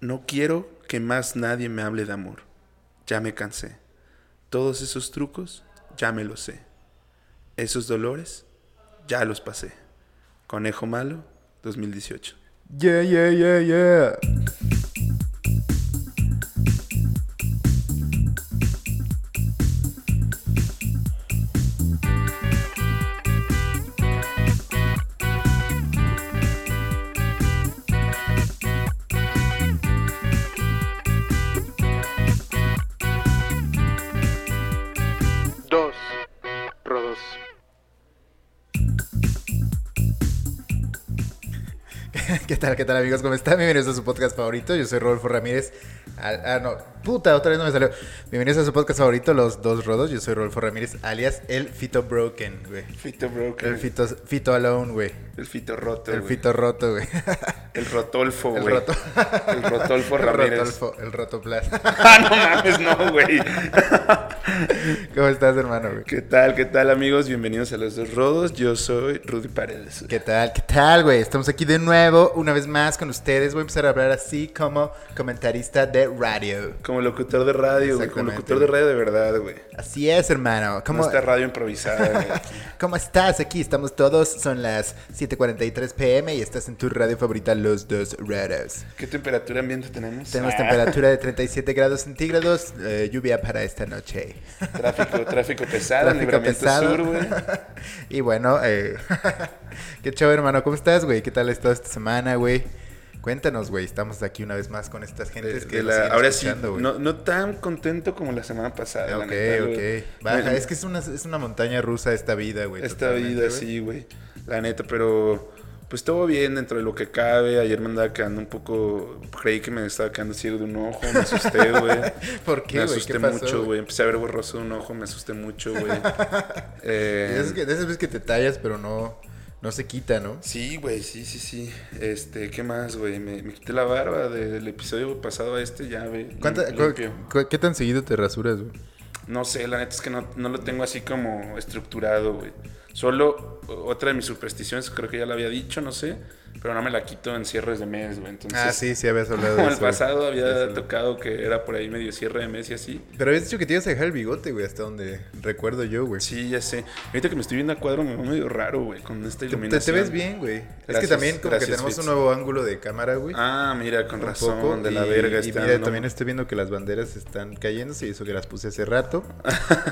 No quiero que más nadie me hable de amor. Ya me cansé. Todos esos trucos ya me los sé. Esos dolores ya los pasé. Conejo Malo 2018. Yeah, yeah, yeah, yeah. Dos Rodos. ¿Qué tal, qué tal, amigos? ¿Cómo están? Bienvenidos a su podcast favorito. Yo soy Rodolfo Ramírez. Al- ah, no, puta, otra vez no me salió. Bienvenidos a su podcast favorito, Los Dos Rodos. Yo soy Rodolfo Ramírez, alias El Fito Broken, güey. Fito Broken. El Fito, fito Alone, güey. El fito roto. El güey. Fito Roto, güey. El Rotolfo, El güey. Roto. El Rotolfo el Ramírez. Rotolfo, el Rotoplas. ah, no mames, no, güey. ¿Cómo estás, hermano, güey? ¿Qué tal, qué tal, amigos? Bienvenidos a Los Dos Rodos. Yo soy Rudy Paredes. ¿Qué tal? ¿Qué tal, güey? Estamos aquí de nuevo, una vez más con ustedes. Voy a empezar a hablar así como comentarista de radio. Como locutor de radio, güey. Como Exactamente. locutor de radio de verdad, güey. Así es, hermano. ¿Cómo, Como esta radio improvisada, güey. ¿Cómo estás? Aquí estamos todos. Son las 7:43 pm y estás en tu radio favorita, Los Dos Raros. ¿Qué temperatura ambiente tenemos? Tenemos Ah, temperatura de 37 grados centígrados, eh, lluvia para esta noche. Ah, Tráfico, tráfico pesado, Tráfico libramiento pesado. sur, güey. y bueno, eh, qué chévere, hermano. ¿Cómo estás, güey? ¿Qué tal ha estado esta semana, güey? Cuéntanos, güey. Estamos aquí una vez más con estas gentes De- que de nos la- siguen ahora sí, escuchando, güey. no, no tan contento como la semana pasada. la ok, neta, güey. ok. Baja, Bueno, es que es una, es una montaña rusa esta vida, güey. Esta totalmente, vida, güey. sí, güey. La neta, pero pues todo bien dentro de lo que cabe. Ayer me andaba quedando un poco. Creí que me estaba quedando ciego de un ojo, me asusté, güey. ¿Por qué, Me güey? ¿Qué asusté pasó, mucho, güey. Empecé a ver borroso de un ojo, me asusté mucho, güey. Eh, De esas, que, de esas veces que te tallas, pero no, no se quita, ¿no? Sí, güey, sí, sí, sí. Este, ¿qué más, güey? Me, me quité la barba del episodio pasado a este, ya, güey. ¿Cuánta- lim- cu- limpio. cu- ¿Qué tan seguido te rasuras, güey? No sé, la neta es que no, no lo tengo así como estructurado, güey. Solo o- otra de mis supersticiones, creo que ya la había dicho, no sé, pero no me la quito en cierres de mes, güey. Entonces, ah, sí, sí, habías hablado de como eso. el pasado güey. Sí, había sí. tocado que era por ahí medio cierre de mes y así. Pero habías dicho que te ibas a dejar el bigote, güey, hasta donde recuerdo yo, güey. Sí, ya sé. Ahorita que me estoy viendo a cuadro me veo medio raro, güey, con esta Te, iluminación. te ves bien, güey. es que Gracias, también como gracias, que tenemos Fitz. un nuevo ángulo de cámara, güey. Ah, mira, con un razón, poco, de la y- verga Y está, mira, ¿no? también estoy viendo que las banderas están cayéndose y eso que las puse hace rato.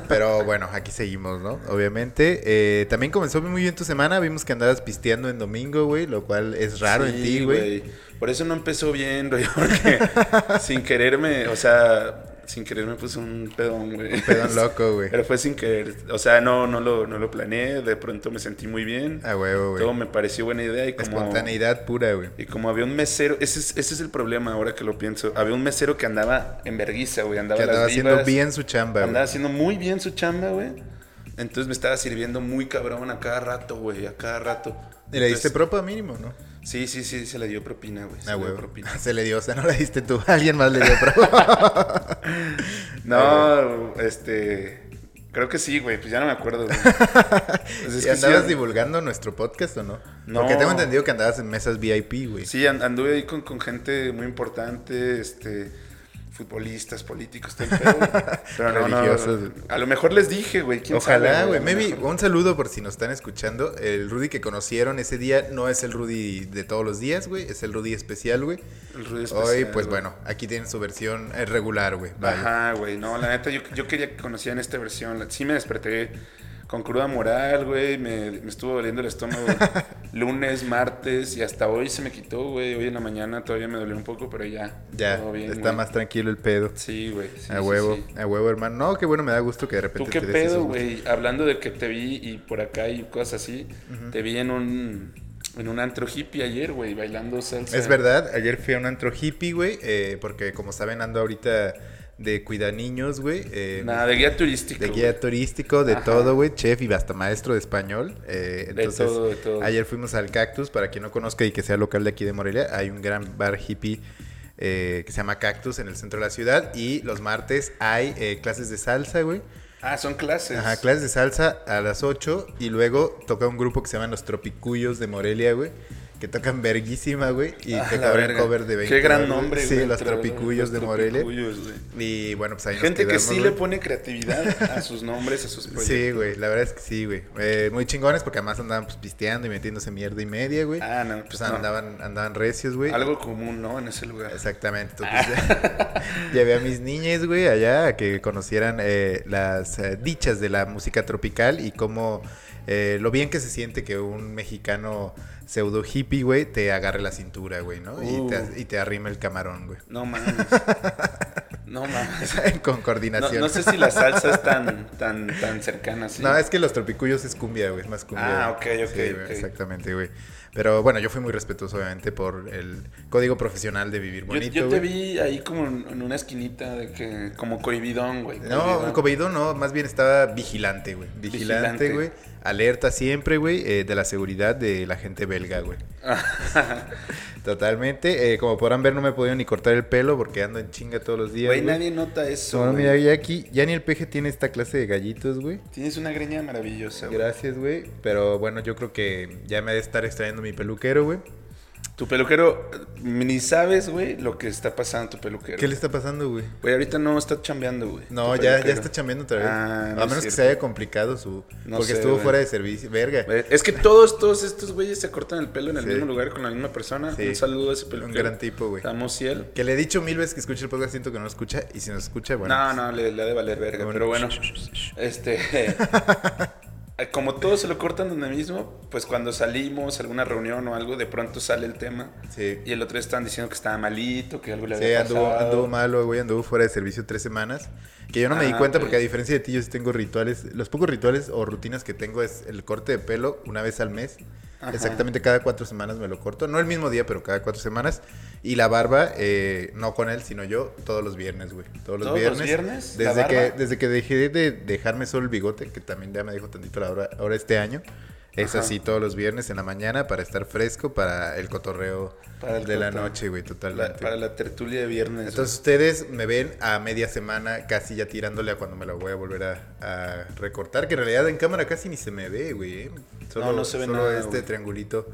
Pero bueno, aquí seguimos, ¿no? Obviamente. Eh, también comenzó muy bien tu semana. Vimos que andabas pisteando en domingo, güey, lo cual es raro en Sí, ti, güey. Por eso no empezó bien, güey, porque sin quererme, o sea, sin querer me puse un pedón, güey. Perdón, loco, güey. Pero fue sin querer, o sea, no, no lo, no lo planeé, de pronto me sentí muy bien, A huevo, todo Ah, güey. me pareció buena idea y como, Espontaneidad pura, güey. y como había un mesero, ese es, ese es el problema ahora que lo pienso, había un mesero que andaba en verguiza, güey, andaba, Que a las andaba haciendo vivas, bien su chamba, andaba güey. haciendo muy bien su chamba, güey. Entonces me estaba sirviendo muy cabrón a cada rato, güey, a cada rato. Y le diste Entonces- propa mínimo, ¿no? Sí, sí, sí, se le dio propina, güey. se Ah, le dio huevo. propina. Se le dio, o sea, no la diste tú. Alguien más le dio propa. No, este. Creo que sí, güey. Pues ya no me acuerdo, güey. Pues es ¿Y que sí, andabas an- divulgando nuestro podcast o no? No. Porque tengo entendido que andabas en mesas VIP, güey. Sí, an- anduve ahí con, con gente muy importante, este. Futbolistas, políticos, todo el pedo, güey. Pero no, no, Religiosos, güey. A lo mejor les dije, güey. ¿quién Ojalá, sabe, güey. A lo Maybe mejor. un saludo por si nos están escuchando. El Rudy que conocieron ese día no es el Rudy de todos los días, güey. Es el Rudy especial, güey. El ruido Hoy, especial, pues güey. bueno, aquí tienen su versión eh, regular, güey. Vaya. Ajá, güey. No, la neta, yo, yo quería que conocieran esta versión. La- Sí me desperté con cruda moral, güey. Me, me estuvo doliendo el estómago lunes, martes y hasta hoy se me quitó, güey. Hoy en la mañana todavía me dolió un poco, pero ya. Ya, todo bien, está güey. más tranquilo el pedo. Sí, güey. sí, a sí, huevo, sí. a huevo, hermano. No, qué bueno, me da gusto que de ¿Tú repente qué te des pedo, esos- güey? Hablando de que te vi y por acá y cosas así, te vi en un, en un antro hippie ayer, güey, bailando salsa. Es verdad, ayer fui a un antro hippie, güey, eh, porque como saben ando ahorita de cuida niños, güey. eh, Nada, de guía turístico. De güey. guía turístico, de Ajá. todo, güey. Chef y hasta maestro de español. Eh, De entonces, todo, de todo. ayer fuimos al Cactus. Para quien no conozca y que sea local de aquí de Morelia, hay un gran bar hippie eh, que se llama Cactus en el centro de la ciudad. Y los martes hay eh, clases de salsa, güey. Ah, son clases. Ajá, clases de salsa a las 8. Y luego toca un grupo que se llaman Los Tropicuyos de Morelia, güey. que tocan verguísima, güey, y Ah, la tocaron verga. cover de 20. Qué gran güey. nombre, Sí, güey. los Tra- tropicuyos de los Morelia. Tropicuyos, güey. Y bueno, pues ahí nos Gente que quedamos, sí güey. le pone creatividad a sus nombres, a sus proyectos. Sí, güey, la verdad es que sí, güey. Eh, muy chingones porque además andaban pues pisteando y metiéndose mierda y media, güey. Ah, no, pues pues no. andaban, andaban recios, güey. Algo común, ¿no? En ese lugar. Exactamente. Entonces, llevé a mis niñas, güey, allá a que conocieran eh, las eh, dichas de la música tropical y cómo eh, lo bien que se siente que un mexicano pseudo hippie, güey, te agarre la cintura, güey, ¿no? Y, Uh. te, y te arrime el camarón, güey. No mames. No mames. Con No, coordinación. no sé si la salsa es tan, tan, tan cercana así. No, es que los tropicuyos es cumbia, güey, es más cumbia. Ah, güey. ok, ok, Sí, güey, ok. Exactamente, güey. Pero bueno, yo fui muy respetuoso, obviamente, por el código profesional de vivir Yo- bonito. yo, te güey. vi ahí como en en una esquinita de que, como cohibidón, güey. No, Cobeidón no, más bien estaba vigilante, güey. Vigilante, Vigilante. güey. Alerta siempre, güey, eh, de la seguridad de la gente belga, güey. Totalmente. eh, como podrán ver, no me he podido ni cortar el pelo porque ando en chinga todos los días. Güey, güey. nadie nota eso. Bueno, güey. mira, ya aquí, ya ni el peje tiene esta clase de gallitos, güey. Tienes una greña maravillosa, güey. Gracias, güey. Pero bueno, yo creo que ya me ha de estar extrayendo mi peluquero, güey. Tu peluquero, eh, ni sabes, güey, lo que está pasando a tu peluquero. ¿Qué le está pasando, güey? Güey, ahorita no está chambeando, güey. tu No, ya, ya peluquero. está chambeando otra vez. Ah, no a es menos que se cierto. haya complicado su... No porque sé, estuvo güey. fuera de servicio. Verga. Güey, Es que todos, todos estos güeyes se cortan el pelo en el Sí. mismo lugar con la misma persona. Sí. Un saludo a ese peluquero. Un gran tipo, güey. Amo ciel. Que le he dicho mil veces que escuche el podcast, siento que no lo escucha. Y si no escucha, bueno. No, pues, no, le, le ha de valer verga. Bueno. Pero bueno, este. como todos se lo cortan donde mismo, pues cuando salimos a alguna reunión o algo, de pronto sale el tema. Sí. Y el otro día estaban diciendo que estaba malito, que algo le Sí, había anduvo, pasado. anduvo malo, güey, anduvo fuera de servicio tres semanas. Que yo no me di Ah, cuenta ok. porque a diferencia de ti yo sí tengo rituales. Los pocos rituales o rutinas que tengo es el corte de pelo una vez al mes. Ajá. Exactamente cada cuatro semanas me lo corto. No el mismo día, pero cada cuatro semanas. Y la barba, eh, no con él, sino yo, todos los viernes, güey. Todos los ¿Todos viernes. los viernes? ¿La Desde, que, barba? desde que dejé de dejarme solo el bigote, que también ya me dijo tantito la hora, ahora este año. Es Ajá. así todos los viernes en la mañana para estar fresco para el cotorreo Para el de la cotorreo. noche, güey, La- totalmente. para la tertulia de viernes. güey. Entonces ustedes me ven a media semana casi ya tirándole a cuando me la voy a volver a, a recortar, que en realidad en cámara casi ni se me ve, güey. ¿eh? Solo, No, no se ve solo nada, este güey. triangulito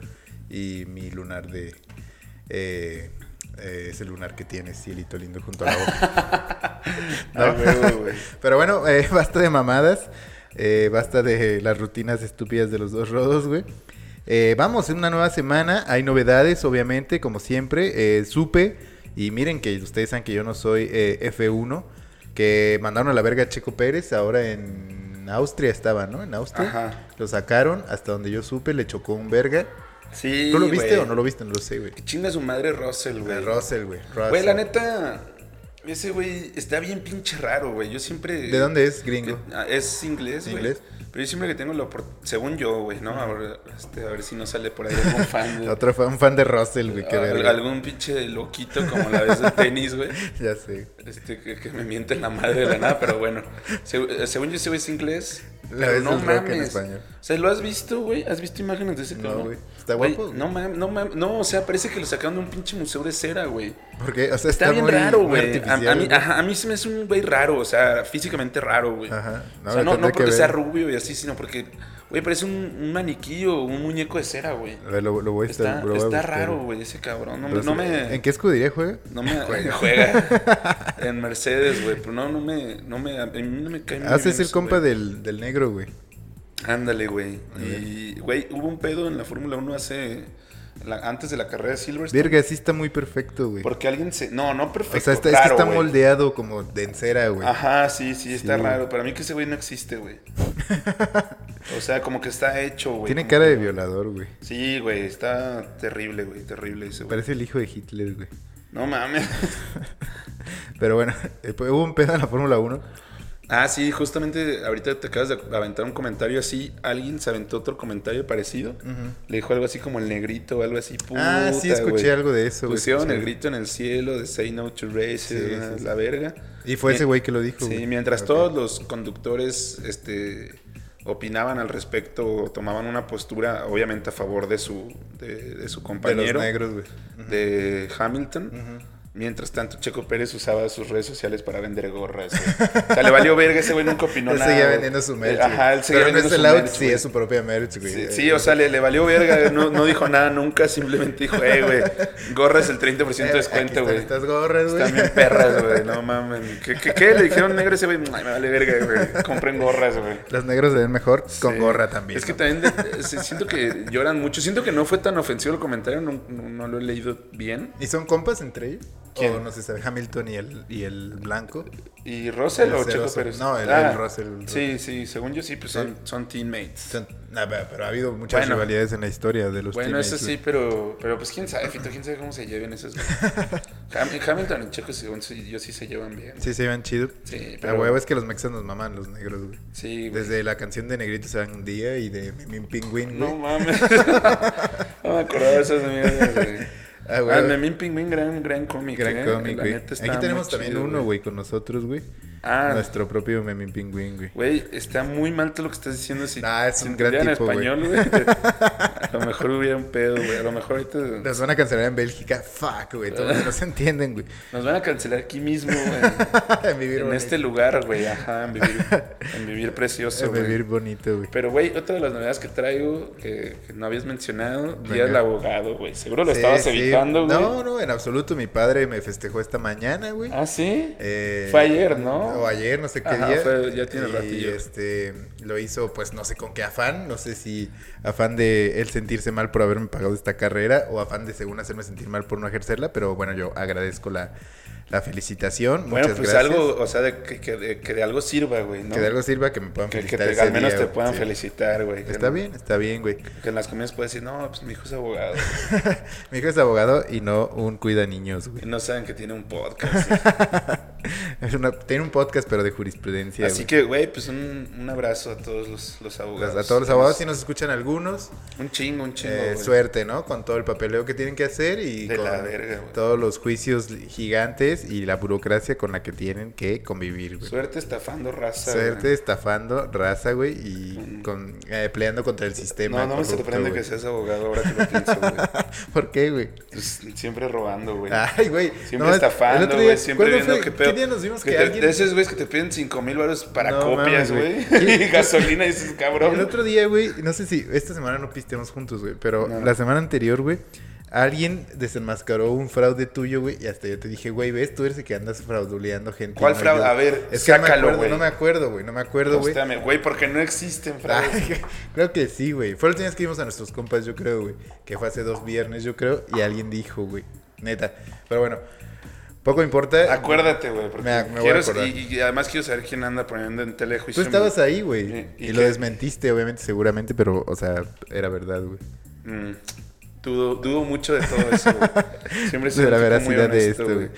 y mi lunar de... eh, eh, ese lunar que tienes, cielito lindo junto a la boca. Ah, ¿no? huevo, güey. Pero bueno, eh, basta de mamadas. eh, basta de las rutinas estúpidas de los dos rodos, güey. Eh, vamos, en una nueva semana. Hay novedades, obviamente, como siempre. eh, supe, y miren que ustedes saben que yo no soy eh, F1, que mandaron a la verga a Checo Pérez. Ahora en Austria estaba, ¿no? En Austria. Ajá. Lo sacaron, hasta donde yo supe, le chocó un verga. Sí, ¿Tú lo viste güey. o no lo viste? No lo sé, güey. Que Chinga su madre Russell, güey. Russell, güey. Güey, la Russell. neta, ese güey está bien pinche raro, güey. Yo siempre... ¿De dónde es, gringo? que- ah, es inglés, güey. ¿Inglés? Pero yo siempre que tengo la oportunidad, según yo, güey, ¿no? A ver, este, a ver si no sale por ahí algún fan. güey. Otro fan, un fan de Russell, güey. Qué Al- verga. algún pinche loquito como la vez del tenis, güey. Ya sé. Este, que, que me mienten la madre de la nada, pero bueno. Se- eh, según yo, ese güey es inglés. La pero vez no del rock en mames. español. O sea, ¿lo has visto, güey? ¿Has visto imágenes de ese No, cabrón? güey. ¿Está guapo, güey? No mames, no mames. No, o sea, parece que lo sacaron de un pinche museo de cera, güey. Porque, o sea, está, Está, bien muy, raro, muy güey. A, a artificial, mí, ah, güey. ajá, a mí se me hace un güey raro, o sea, físicamente raro, güey. Ajá. No, o sea, no, tendré no que porque ver. sea rubio y así, sino porque, güey, parece un, un maniquí o un muñeco de cera, güey. A ver, lo, lo voy a estar. Está, lo voy a está buscar. raro, güey, ese cabrón. No, me- Entonces, no me. ¿En qué escudería juega? No me Juega. juega. en Mercedes, güey. Pero no, no me, no me, a mí no me cae muy Ah, sí, bien es el eso, compa güey. del, del negro, güey. Ándale, güey. A ver. Y, güey, hubo un pedo en la Fórmula 1 hace. la- antes de la carrera de Silverstone. Verga, sí está muy perfecto, güey. Porque alguien se. No, no perfecto. O sea, está, es que raro, está güey. moldeado como de encera, güey. Ajá, sí, sí, está Sí, güey. raro. Para mí que ese güey no existe, güey. o sea, como que está hecho, güey. Tiene como cara que- de violador, güey. Sí, güey, está terrible, güey, terrible ese güey. Parece el hijo de Hitler, güey. No mames. Pero bueno, después hubo un pedo en la Fórmula 1. Ah, sí, justamente ahorita te acabas de aventar un comentario así. Alguien se aventó otro comentario parecido. Le dijo algo así como el negrito o algo así. Ah, sí, puta, escuché güey. algo de eso, güey. Pusieron escuché. el grito en el cielo de Say No to Races, Sí, sí, sí. la verga. Y fue ese Mi- güey que lo dijo, Sí, güey. mientras Ok. todos los conductores este, opinaban al respecto, o tomaban una postura, obviamente, a favor de su, de, de su De los compañero, de, negros, güey. Ujú. Hamilton. Ujú. Mientras tanto, Checo Pérez usaba sus redes sociales para vender gorras. güey. O sea, le valió verga, ese güey nunca opinó él nada. seguía güey. vendiendo su merch. Eh, Ajá, güey. él seguía Pero no vendiendo es el su out, merch, sí, güey. es su propia merch, güey. Sí, sí, o sea, le, le valió verga, no, no dijo nada nunca, simplemente dijo, eh, güey, gorras el 30% de Eh, Aquí descuento, están güey. Estas gorras, güey. Están bien perras, güey, no mames. ¿Qué, qué, qué? Le dijeron negro a ese güey, Ay, me vale verga, güey, compren gorras, güey. Las negras se ven mejor con Sí. gorra también. Es que ¿no? también de- eh, sí, siento que lloran mucho. Siento que no fue tan ofensivo el comentario, no, no- no lo he leído bien. ¿Y son compas entre ellos? ¿Quién? O no sé, sabe Hamilton y el, y el blanco. ¿Y Russell El o Checo ceroso. Pérez? Ah, No, el- el Russell. Sí, sí, según yo sí, pues son, son teammates. Son- nah, pero- pero ha habido muchas Bueno. rivalidades en la historia de los Bueno, teammates, eso sí, güey. pero, pero pues quién sabe, Fito, quién sabe cómo se lleven esos. Ham- Hamilton y Checo, según sí- yo sí se llevan bien. Sí, se iban chido. Sí, La huevo es que los mexas nos maman los negros, güey. Sí, güey. Desde la canción de Negrito Sandía y de Memín Pingüín, güey. No mames. no me acordaba de esas mierdas, güey. Ah, Ah, güey. Memín Pingüín, gran, gran cómic. eh. Gran cómic, La güey. neta está Aquí tenemos muy también chido, uno, güey, con nosotros, güey. Ah. Nuestro propio Memín Pingüín, güey. Güey, está muy mal todo lo que estás diciendo. Si, Ah, es si un gran entendieran tipo, güey. español, güey. A lo mejor hubiera un pedo, güey. A lo mejor ahorita Nos van a cancelar en Bélgica. Fuck, güey. Todos nos entienden, güey. nos van a cancelar aquí mismo, güey. en vivir En bonito. este lugar, güey. Ajá, en vivir, en vivir precioso, en güey. vivir bonito, güey. Pero, güey, otra de las novedades que traigo que, que no habías mencionado, Día Venga. del Abogado, güey. Seguro lo Sí, estabas sí. evitando, güey. No, no, en absoluto. Mi padre me festejó esta mañana, güey. ¿Ah, sí? Eh, Fue ayer, ¿no? O ayer, no sé qué Ajá, día. fue- ya tiene Y ratillo. este, lo hizo, pues no sé con qué afán. No sé si afán de él sentirse mal por haberme pagado esta carrera o afán de, según hacerme sentir mal por no ejercerla. Pero bueno, yo agradezco la, la felicitación. bueno, Muchas pues gracias. algo, o sea, de que, que de, que de algo sirva, güey, ¿no? Que de algo sirva que me puedan Que- que felicitar. te- ese al menos día, te güey. puedan Sí. felicitar, güey. Está bien, está bien, güey. Que en las comidas puedes decir, no, pues mi hijo es abogado. Mi hijo es abogado y no un cuida niños, Y güey. no saben que tiene un podcast. Es una- tiene un podcast, pero de jurisprudencia. Así güey. que, güey, pues un, un abrazo a todos los, los abogados. a todos los abogados, si nos escuchan algunos, Un chingo, un chingo. eh, güey. suerte, ¿no? Con todo el papeleo que tienen que hacer y pues. De con la verga, güey. todos los juicios gigantes y la burocracia con la que tienen que convivir, güey. Suerte estafando raza. Suerte güey. estafando raza, güey, y con, eh, peleando contra el sistema. No, no me corrupto, sorprende güey. que seas abogado ahora que lo pienso, güey. ¿Por qué, güey? Pues, siempre robando, güey. Ay, güey. Siempre Ah. no, el estafando, otro día- güey. Siempre ¿cuándo viendo fue? qué pedo. ¿Qué día nos vimos que, Que te- alguien De esos güeyes que te piden 5 mil baros para No mames, copias, güey. güey. Y gasolina, dices, cabrón. El otro día, güey, no sé si esta semana no pisteamos juntos, güey, pero No. la semana anterior, güey, alguien desenmascaró un fraude tuyo, güey, y hasta yo te dije, güey, ves, tú eres el que andas frauduleando gente. ¿Cuál no fraude? yo". A ver, es que no me sácalo, acuerdo, güey. no me acuerdo, güey, no me acuerdo, güey. Ah. Hostéame, güey, porque no existen fraudes. Ay, creo que sí, güey. Fue la última vez que vimos a nuestros compas, yo creo, güey. Que fue hace dos viernes, yo creo, y alguien dijo, güey. Neta. Pero bueno, poco importa. Acuérdate, güey, porque Me- me voy a quiero- acordar. y, y además quiero saber quién anda poniendo en tele Tú juicio. estabas ahí, güey. Sí, Y, ¿y lo qué? desmentiste, obviamente, seguramente, pero, o sea, era verdad, güey. Mm, dudo, dudo mucho de todo eso, güey. Siempre soy de la un tipo muy veracidad de honesto, esto, güey.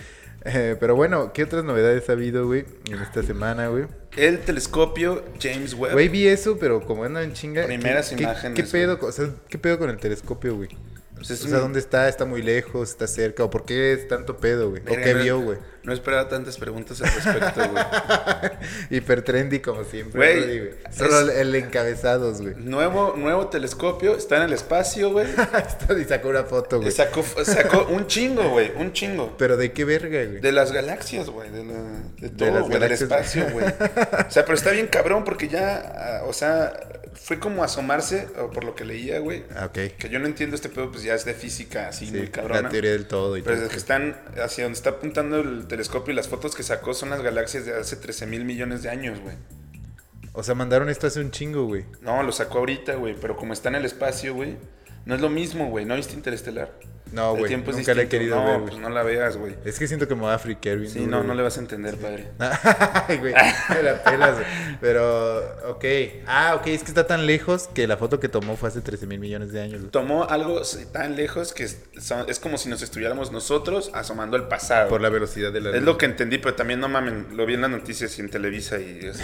Eh, pero bueno, ¿qué otras novedades ha habido, güey, en esta semana, güey? El telescopio James Webb. Güey, vi eso, pero como andan en chinga. ¿qué- Primeras qué, imágenes, ¿qué pedo, o sea, ¿Qué pedo con el telescopio, güey? Pues es o sea, un- ¿dónde está? ¿Está muy lejos? ¿Está cerca? ¿O por qué es tanto pedo, güey? ¿O Verga, qué no- vio, güey? No esperaba tantas preguntas al respecto, güey. Hipertrendy como siempre, Güey, Rodri, güey. es- Solo el encabezados, güey. Nuevo, nuevo telescopio, está en el espacio, güey. y sacó una foto, güey. Sacó, sacó un chingo, güey, un chingo. Pero ¿de qué verga, güey? De las galaxias, güey, de, la- de todo, las güey, del galaxias. espacio, güey. O sea, pero está bien cabrón porque ya, ah, o sea, fue como asomarse, o por lo que leía, güey. Ah, ok. Que yo no entiendo este pedo, pues ya es de física, así, Sí, muy la cabrona. teoría del todo y Pero todo. desde que están hacia donde está apuntando el telescopio y las fotos que sacó son las galaxias de hace 13 mil millones de años, güey. O sea, mandaron esto hace un chingo, güey. No, lo sacó ahorita, güey, pero como está en el espacio, güey, no es lo mismo, güey, no viste interestelar. No, El güey, tiempo es nunca la he distinto. querido no, ver, güey. pues no la veas, güey. Es que siento que me va a friquear bien. Sí, duro, no, no güey. le vas a entender, padre. Ay, güey, me la pelas, güey. Pero, ok. Ah, ok, es que está tan lejos que la foto que tomó fue hace 13 mil millones de años, güey. Tomó algo s- tan lejos que es, son- es como si nos estuviéramos nosotros asomando al pasado. Por la velocidad de la es lo que entendí, pero también no mamen, lo vi en las noticias y en Televisa y... así,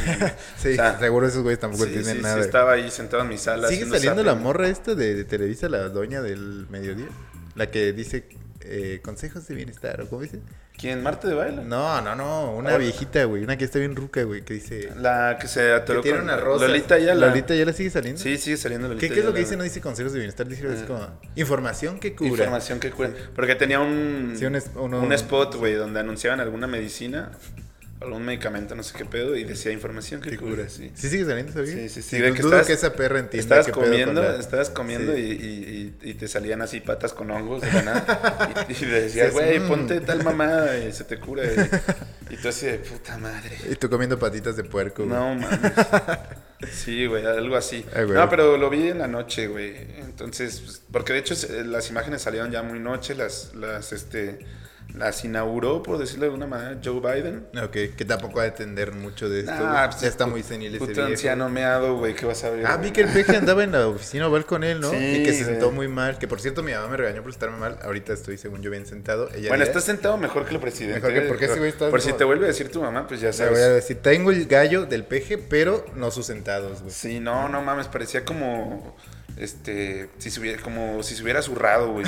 Sí, o sea, seguro esos güeyes tampoco sí, tienen sí, sí, nada. güey. estaba ahí sentado en mi sala. ¿Sigue haciendo saliendo la zapping. morra esta de, de Televisa, la doña del mediodía? La que dice eh, consejos de bienestar, ¿o cómo dice? ¿Quién? ¿Marte de baile? No, no, no, una Ah. viejita, güey, una que está bien ruca, güey, que dice... La que se Que atoró tiene con una rosa. Lolita Ayala. Lolita Ayala sigue saliendo. Sí, sigue saliendo Lolita ¿Qué, qué es lo Ayala, que dice? No güey. dice consejos de bienestar, dice algo así Ah. como información que cura. Información que cura. Porque tenía un, Sí, un es- uno- un spot, güey, donde anunciaban alguna medicina, algún medicamento, no sé qué pedo, y decía información que que cura. cura. Sí. Sí, sigue saliendo, ¿sabía? Sí, sí, sí, de no que dudo estabas- que esa perra entienda Estabas qué pedo con comiendo, la- estabas comiendo Sí. y, y- y- y te salían así patas con hongos de la nada. Y, y le Sí, decías, es, güey, mm. ponte tal mamada y se te cura. Y, y tú así de puta madre. Y tú comiendo patitas de puerco. güey. No mames. Sí, güey, algo así. Ay, güey. No, pero lo vi en la noche, güey. Entonces, pues, porque de hecho se- las imágenes salieron ya muy noche, las, las, este, las inauguró, por decirlo de alguna manera, Joe Biden. Ok, que tampoco va a entender mucho de esto. Ah, güey. pues, ya está muy senil ese Puto viejo. anciano meado, güey, ¿qué vas a ver? Ah, vi que el peje andaba en la oficina oval con él, ¿no? Sí, y que se güey. sentó muy mal. Que por cierto, mi mamá me regañó por estarme mal. Ahorita estoy, según yo, bien sentado. Ella Bueno, dirá, estás sentado mejor que el presidente. Mejor que- porque ese güey está Por si como- te vuelve a decir tu mamá, pues ya Le voy a sabes. decir, tengo el gallo del peje, pero no sus sentados, güey. Sí, no, no mames, parecía como... Este, si se hubiera, como si se hubiera zurrado, güey.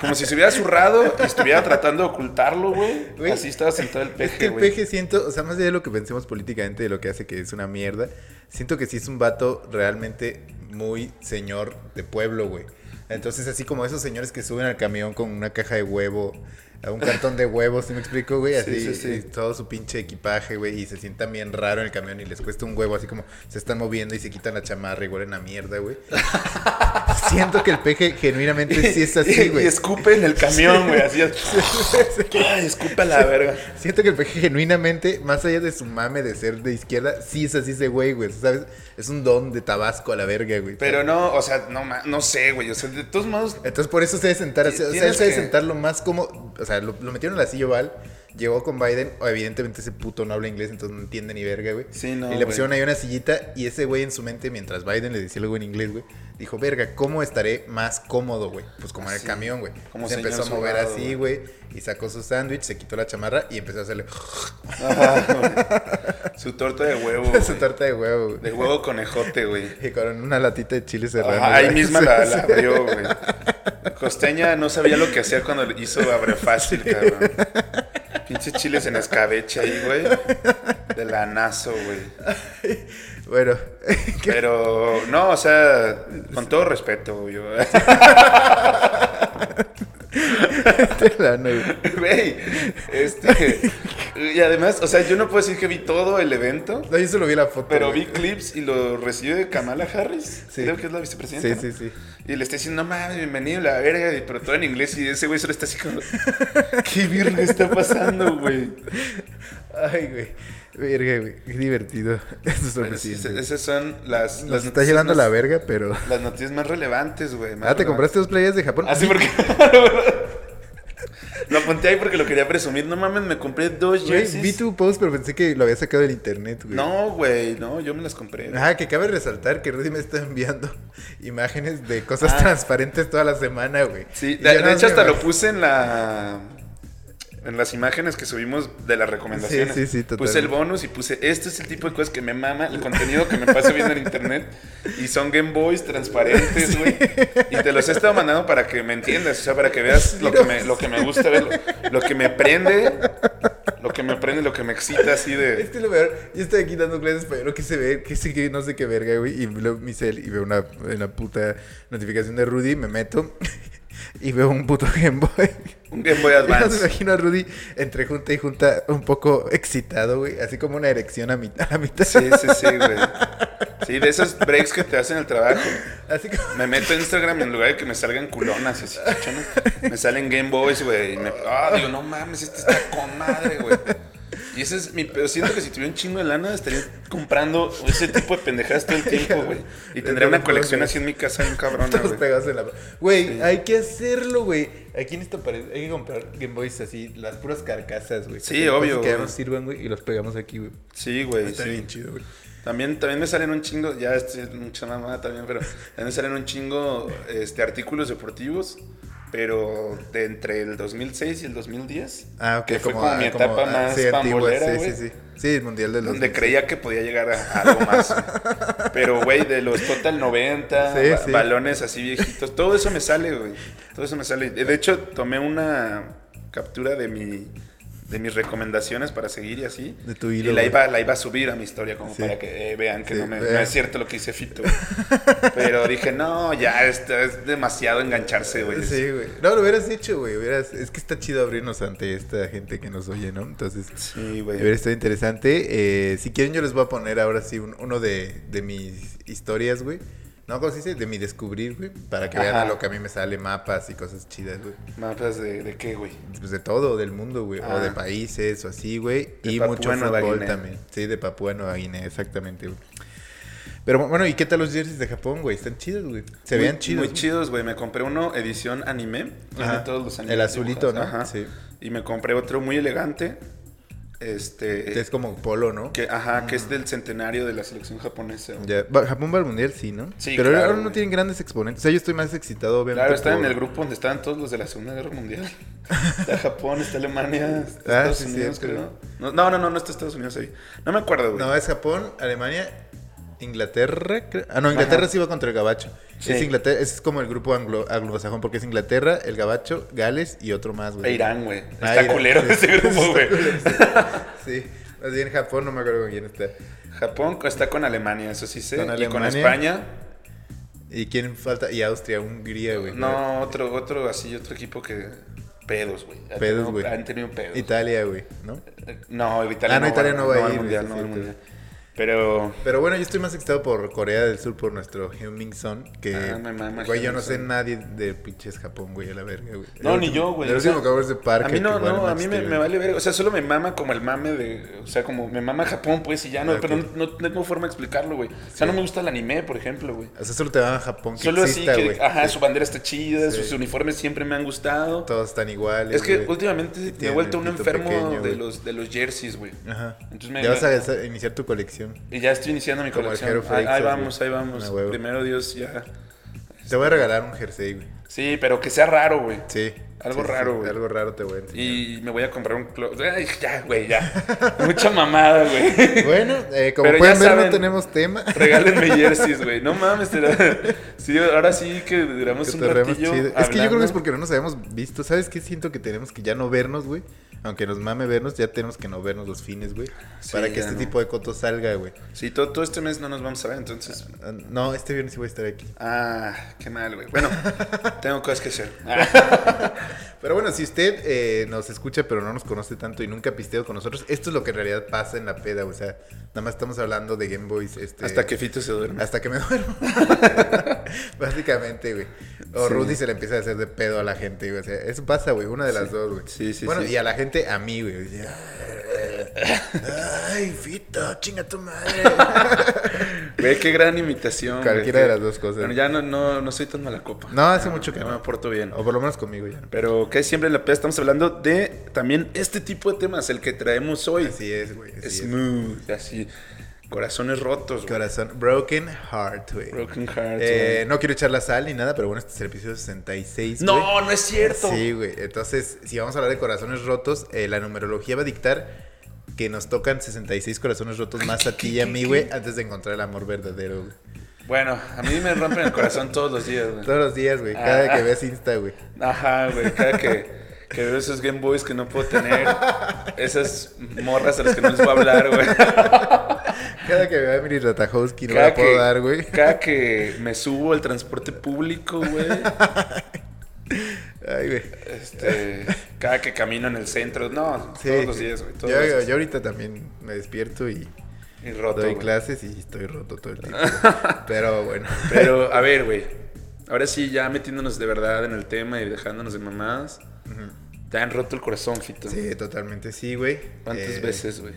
Como si se hubiera zurrado y estuviera tratando de ocultarlo, güey. Güey, Así estaba sentado el Es peje, que el güey. peje siento, o sea, más allá de lo que pensemos políticamente, de lo que hace que es una mierda, siento que sí es un vato realmente muy señor de pueblo, güey. Entonces, así como esos señores que suben al camión con una caja de huevo, a un cartón de huevos, ¿sí me explico, güey? Sí, Así, sí, sí. y todo su pinche equipaje, güey, y se sientan bien raro en el camión y les cuesta un huevo, así como se están moviendo y se quitan la chamarra y huelen a mierda, güey. siento que el peje genuinamente sí es así, güey. Y escupe en el camión, güey. Así Ay, escupe a la verga. Siento que el peje genuinamente, más allá de su mame de ser de izquierda, sí es así ese güey, güey. ¿Sabes? Es un don de Tabasco a la verga, güey. Pero no, o sea, no, ma- no sé, güey. O sea, de todos modos, Entonces por eso se debe sentar así. O sea, él Tienes se debe que- sentar lo más como. O sea, lo, lo metieron en la silla oval. Llegó con Biden. o evidentemente ese puto no habla inglés, entonces no entiende ni verga, güey. Sí, no, Y le güey. pusieron ahí una sillita. Y ese güey en su mente, mientras Biden le decía algo en inglés, güey, dijo, verga, ¿cómo estaré más cómodo, güey? Pues como en el Sí. camión, güey. Como se señor empezó a mover sudado, así, güey. Y sacó su sándwich, se quitó la chamarra y empezó a hacerle Ajá, güey. su torta de huevo. su güey. tarta de huevo, güey. De huevo conejote, güey. Y con una latita de chile serrano. Ajá, ahí güey. misma Sí, la, sí. la abrió, güey. Costeña no sabía lo que hacía cuando hizo abre fácil, cabrón. Pinches chiles en escabeche ahí, güey. De lanazo, güey. Bueno, Pero, no, o sea, con todo respeto, güey. este lano, güey. Güey, este. Y además, o sea, yo no puedo decir que vi todo el evento, No, yo solo vi la foto. pero vi güey. clips y lo recibe Kamala Harris. Sí. Creo que es la Sí, vicepresidenta. sí, ¿no? sí. Y le está diciendo, no mames, bienvenido, la verga, y- pero todo en inglés. Y ese güey solo está así como, ¿qué verga está pasando, güey? Ay, güey. Verga, güey. Qué divertido. Eso es Pero sí, sorprendente. esa- esas son las. Nos las está noticias llevando más- la verga, pero. Las noticias más relevantes, güey. más Ah, ¿te relevantes. compraste dos playas de Japón? Así porque. lo apunté ahí porque lo quería presumir. No mames, me compré dos Güey, jerseys. vi tu post, pero pensé que lo había sacado del internet, güey. No, güey, no, yo me las compré. güey. Ah, que cabe resaltar que Rudy me está enviando imágenes de cosas Ah. transparentes toda la semana, güey. Sí, Y de, yo de no hecho hasta me- lo puse en la en las imágenes que subimos de las recomendaciones. Sí, sí, sí, Puse el totalmente. bonus y puse, este es el tipo de cosas que me mama, el contenido que me paso viendo en internet y son Game Boys transparentes, güey. Y te los he estado mandando para que me entiendas, o sea, para que veas lo que me, lo que me gusta ver, lo, lo que me prende, lo que me prende, lo que me excita así Es de... que lo peor, yo estoy aquí dando clases, pero que se ve, que se que no sé qué verga, güey. Y veo mi cel y veo una, una puta notificación de Rudy, me meto y veo un puto Game Boy. Un Game Boy Yo no me Advance. imagino a Rudy entre junta y junta un poco excitado, güey. Así como una erección a, mi- a la mitad. Sí, sí, sí, güey. Sí, de esos breaks que te hacen en el trabajo. Así como... Me meto en Instagram y en lugar de que me salgan culonas así chichonas, me salen Game Boys, güey. Y me. Ah, digo, no mames, este está con madre, güey. Y ese es mi. Pero siento que si tuviera un chingo de lana, estaría comprando ese tipo de pendejadas todo el tiempo, güey. Y tendría una colección así en mi casa, bien cabrona, Todos güey. pegados en la... Güey, hay que hacerlo, güey. Aquí en esta pared hay que comprar Game Boys así, las puras carcasas, güey. Sí, Así, cosas obvio, Que ya güey. nos sirvan, güey, y los pegamos aquí, güey. Sí, güey. Está sí. bien chido, güey. También, también me salen un chingo, ya estoy en mucha mamada también, pero también me salen un chingo este, artículos deportivos, pero de entre el 2006 y el 2010. Ah, ok, que fue como- como mi ah, como- etapa ah, más sí, antigua, pambolera, sí, güey. sí, sí. Sí, el mundial de los. Donde creía que podía llegar a algo más. Pero, güey, de los Total 90, Sí, ba- sí. balones así viejitos, todo eso me sale, güey. Todo eso me sale. De hecho, tomé una captura de mi de mis recomendaciones para seguir y así. De tu hilo, Y la güey. iba, la iba a subir a mi historia como Sí. para que eh, vean que Sí, no, me, vean. no es cierto lo que hice Fito. güey. Pero dije, no, ya, esto es demasiado engancharse, güey. Sí, güey. No, lo hubieras hecho, güey. Hubieras... Es que está chido abrirnos ante esta gente que nos oye, ¿no? Entonces, Sí, a güey. ver, está interesante. Eh, si quieren, yo les voy a poner ahora sí un- uno de, de mis historias, güey. ¿No? ¿Cómo se dice? De mi descubrir, güey. Para que vean Ajá. a lo que a mí me sale, mapas y cosas chidas, güey. Mapas de, de qué, güey. Pues de todo, del mundo, güey. O Ah. de países o así, güey. De Y Papúa mucho Nueva fútbol Guinea. también. Sí, de Papúa Nueva Guinea, exactamente, güey. Pero bueno, ¿y qué tal los jerseys de Japón, güey? Están chidos, güey. Se Muy- vean chidos. Muy güey. chidos, güey. Me compré uno edición anime. Tiene Ajá. todos los animes El azulito, dibujados. ¿no? Ajá. Sí. Y me compré otro muy elegante. Este. Es Mm. como polo, ¿no? que, ajá, que es del centenario de la selección japonesa. güey. Ya. Va- Japón va al mundial, sí, ¿no? Sí, Pero claro, ahora no güey. tienen grandes exponentes. O sea, yo estoy más excitado, obviamente. Claro, están en por- el grupo donde estaban todos los de la Segunda Guerra Mundial. Está Japón, está Alemania, está Ah, Estados sí, Unidos, cierto. creo. No, no, no, no, no está Estados Unidos ahí. No me acuerdo, güey. No, eh. es Japón, Alemania, Inglaterra. creo- Ah, no, Inglaterra Ajá. sí va contra el Gabacho. Sí. Es Inglaterra, es como el grupo anglo, anglosajón, porque es Inglaterra, el Gabacho, Gales y otro más, E güey. Irán, güey. Ah, está Irán. culero ese grupo, güey. Sí, más bien Japón, no me acuerdo con quién está. Japón está con Alemania, eso sí sé. Con Y con Alemania. España. ¿Y quién falta? Y Austria, Hungría, güey. No, otro, otro así, otro equipo que. Pedos, güey. Han Pedos, tenido- güey. Han tenido pedos. Eh, Italia, güey, ¿no? No, Italia Ah, no, Italia no va a al ir, mundial, sí, no va al sí, mundial. Pero. Pero bueno, yo estoy más excitado por Corea del Sur, por nuestro Heung-Min Son, que, Ah, me mama güey, yo no sé Heung-min Son. nadie de pinches Japón, güey, a la verga, güey. No, El ni último- yo, güey. El O sea, último que hago es de Parque. a mí no, que juega en no, a mí me, Manchester, me güey. vale ver. O sea, solo me mama como el mame de. O sea, como me mama Japón, pues, y ya no, Ah, pero ok. no, no tengo forma de explicarlo, güey. O sea, no me gusta el anime, por ejemplo, güey. O sea, solo te va a Japón que Solo exista, así que, güey. ajá, Sí. su bandera está chida, Sí. sus uniformes siempre me han gustado. Todos están iguales, Es que güey. últimamente me he Tienen vuelto el un pito enfermo pequeño, de güey. los, de los jerseys, güey. Ajá. Entonces me- ya vas me- a iniciar tu colección. Y ya estoy iniciando mi Como el colección. Hero Ahí, ahí Freixas, vamos, ahí güey. vamos. Una huevo. Primero Dios, ya. Te voy a regalar un jersey, güey. Sí, pero que sea raro, güey. Sí. Algo Sí, sí, raro, sí, güey. Algo raro te voy a enseñar. Y me voy a comprar un clo- Ay, ya, güey, ya. Mucha mamada, güey. Bueno, eh, como Pero ya pueden ver, saben. no tenemos tema. Regálenme jerseys, güey. No mames, te la- sí, ahora sí que duramos Que un te remas ratillo. chido. Es que yo creo que es hablando. porque no nos habíamos visto. ¿Sabes qué? Siento que tenemos que ya no vernos, güey. Aunque nos mame vernos, ya tenemos que no vernos los fines, güey. Sí, para que ya este no. tipo de coto salga, güey. Sí, todo, todo este mes no nos vamos a ver, entonces. Ah, No, este viernes sí voy a estar aquí. Ah, qué mal, güey. Bueno, tengo cosas que hacer. Ah, Pero bueno, si usted eh, nos escucha pero no nos conoce tanto y nunca ha pisteado con nosotros, esto es lo que en realidad pasa en la peda, o sea, nada más estamos hablando de Game Boys. Este, Hasta que Fito se duerme. Hasta que me duermo. Básicamente, güey. O Sí. Rudy se le empieza a hacer de pedo a la gente, güey. O sea, eso pasa, güey. Una de las dos, güey. Sí, sí, Bueno, sí. y a la gente, a mí, güey. Dice, Ay, Fito, chinga tu madre. Güey, qué gran imitación. güey. Cualquiera de las dos cosas. Bueno, ya no, no, no soy tan mala copa. No, hace mucho que no me no. aporto bien. O por lo menos conmigo ya. no. Pero que siempre en la peda estamos hablando de también este tipo de temas, el que traemos hoy. Así es, güey. así es. Smooth, así. Corazones rotos, güey. Corazón. Broken Heart, güey. Broken hearts. Eh, güey. no quiero echar la sal ni nada, pero bueno, este es el episodio 66. güey. no, no es cierto. Sí, güey. Entonces, si vamos a hablar de corazones rotos, eh, la numerología va a dictar que nos tocan 66 corazones rotos más a ti y a mí, güey, antes de encontrar el amor verdadero, güey. Bueno, a mí me rompen el corazón todos los días, güey. Todos los días, güey. Cada Ah. que ves Insta, güey. Ajá, güey. Cada que, que veo esos Game Boys que no puedo tener, esas morras a las que no les voy a hablar, güey. Cada que veo a Emily Ratajowski, no Cada la puedo que- dar, güey. Cada que me subo al transporte público, güey. Ay, güey. Este, cada que camino en el centro, no, Sí. todos los días, güey. todos los Yo, días. yo ahorita también me despierto y Y roto, doy güey. clases y estoy roto todo el tiempo. Pero bueno. Pero, a ver, güey. Ahora sí, ya metiéndonos de verdad en el tema y dejándonos de mamadas. Te han roto el corazón, Fito. Sí, totalmente sí, güey. ¿Cuántas Eh, veces, güey?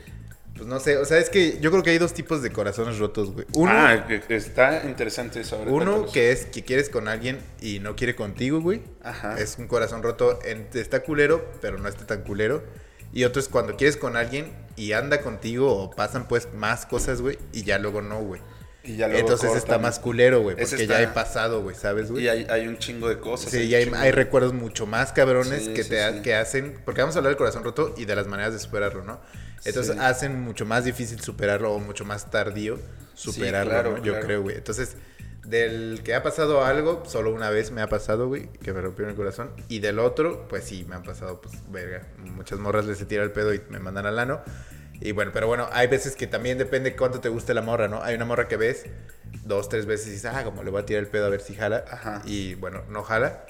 Pues no sé, o sea, es que yo creo que hay dos tipos de corazones rotos, güey. Uno, Ah, que- que está interesante eso. ahora Uno cuéntanos. que es que quieres con alguien y no quiere contigo, güey. Ajá. Es un corazón roto. en- está culero, pero no está tan culero. Y otro es cuando quieres con alguien y anda contigo o pasan pues más cosas, güey. Y ya luego no, güey. Y ya luego Entonces está cortan. más culero, güey, Ese porque está- ya he pasado, güey, ¿sabes, güey? Y hay, hay un chingo de cosas. Sí, un y hay, chingo hay de- recuerdos mucho más cabrones Sí, que, sí, te ha- sí. que hacen, porque vamos a hablar del corazón roto y de las maneras de superarlo, ¿no? Entonces Sí. hacen mucho más difícil superarlo o mucho más tardío superarlo, claro, ¿no? yo claro. creo, güey. Entonces, del que ha pasado algo, solo una vez me ha pasado, güey, que me rompieron el corazón. Y del otro, pues sí, me han pasado, pues, verga, muchas morras les se tira el pedo y me mandan al ano. Y bueno, pero bueno, hay veces que también depende cuánto te guste la morra, ¿no? Hay una morra que ves dos, tres veces y dices, ah, como le voy a tirar el pedo a ver si jala. Ajá. Y bueno, no jala.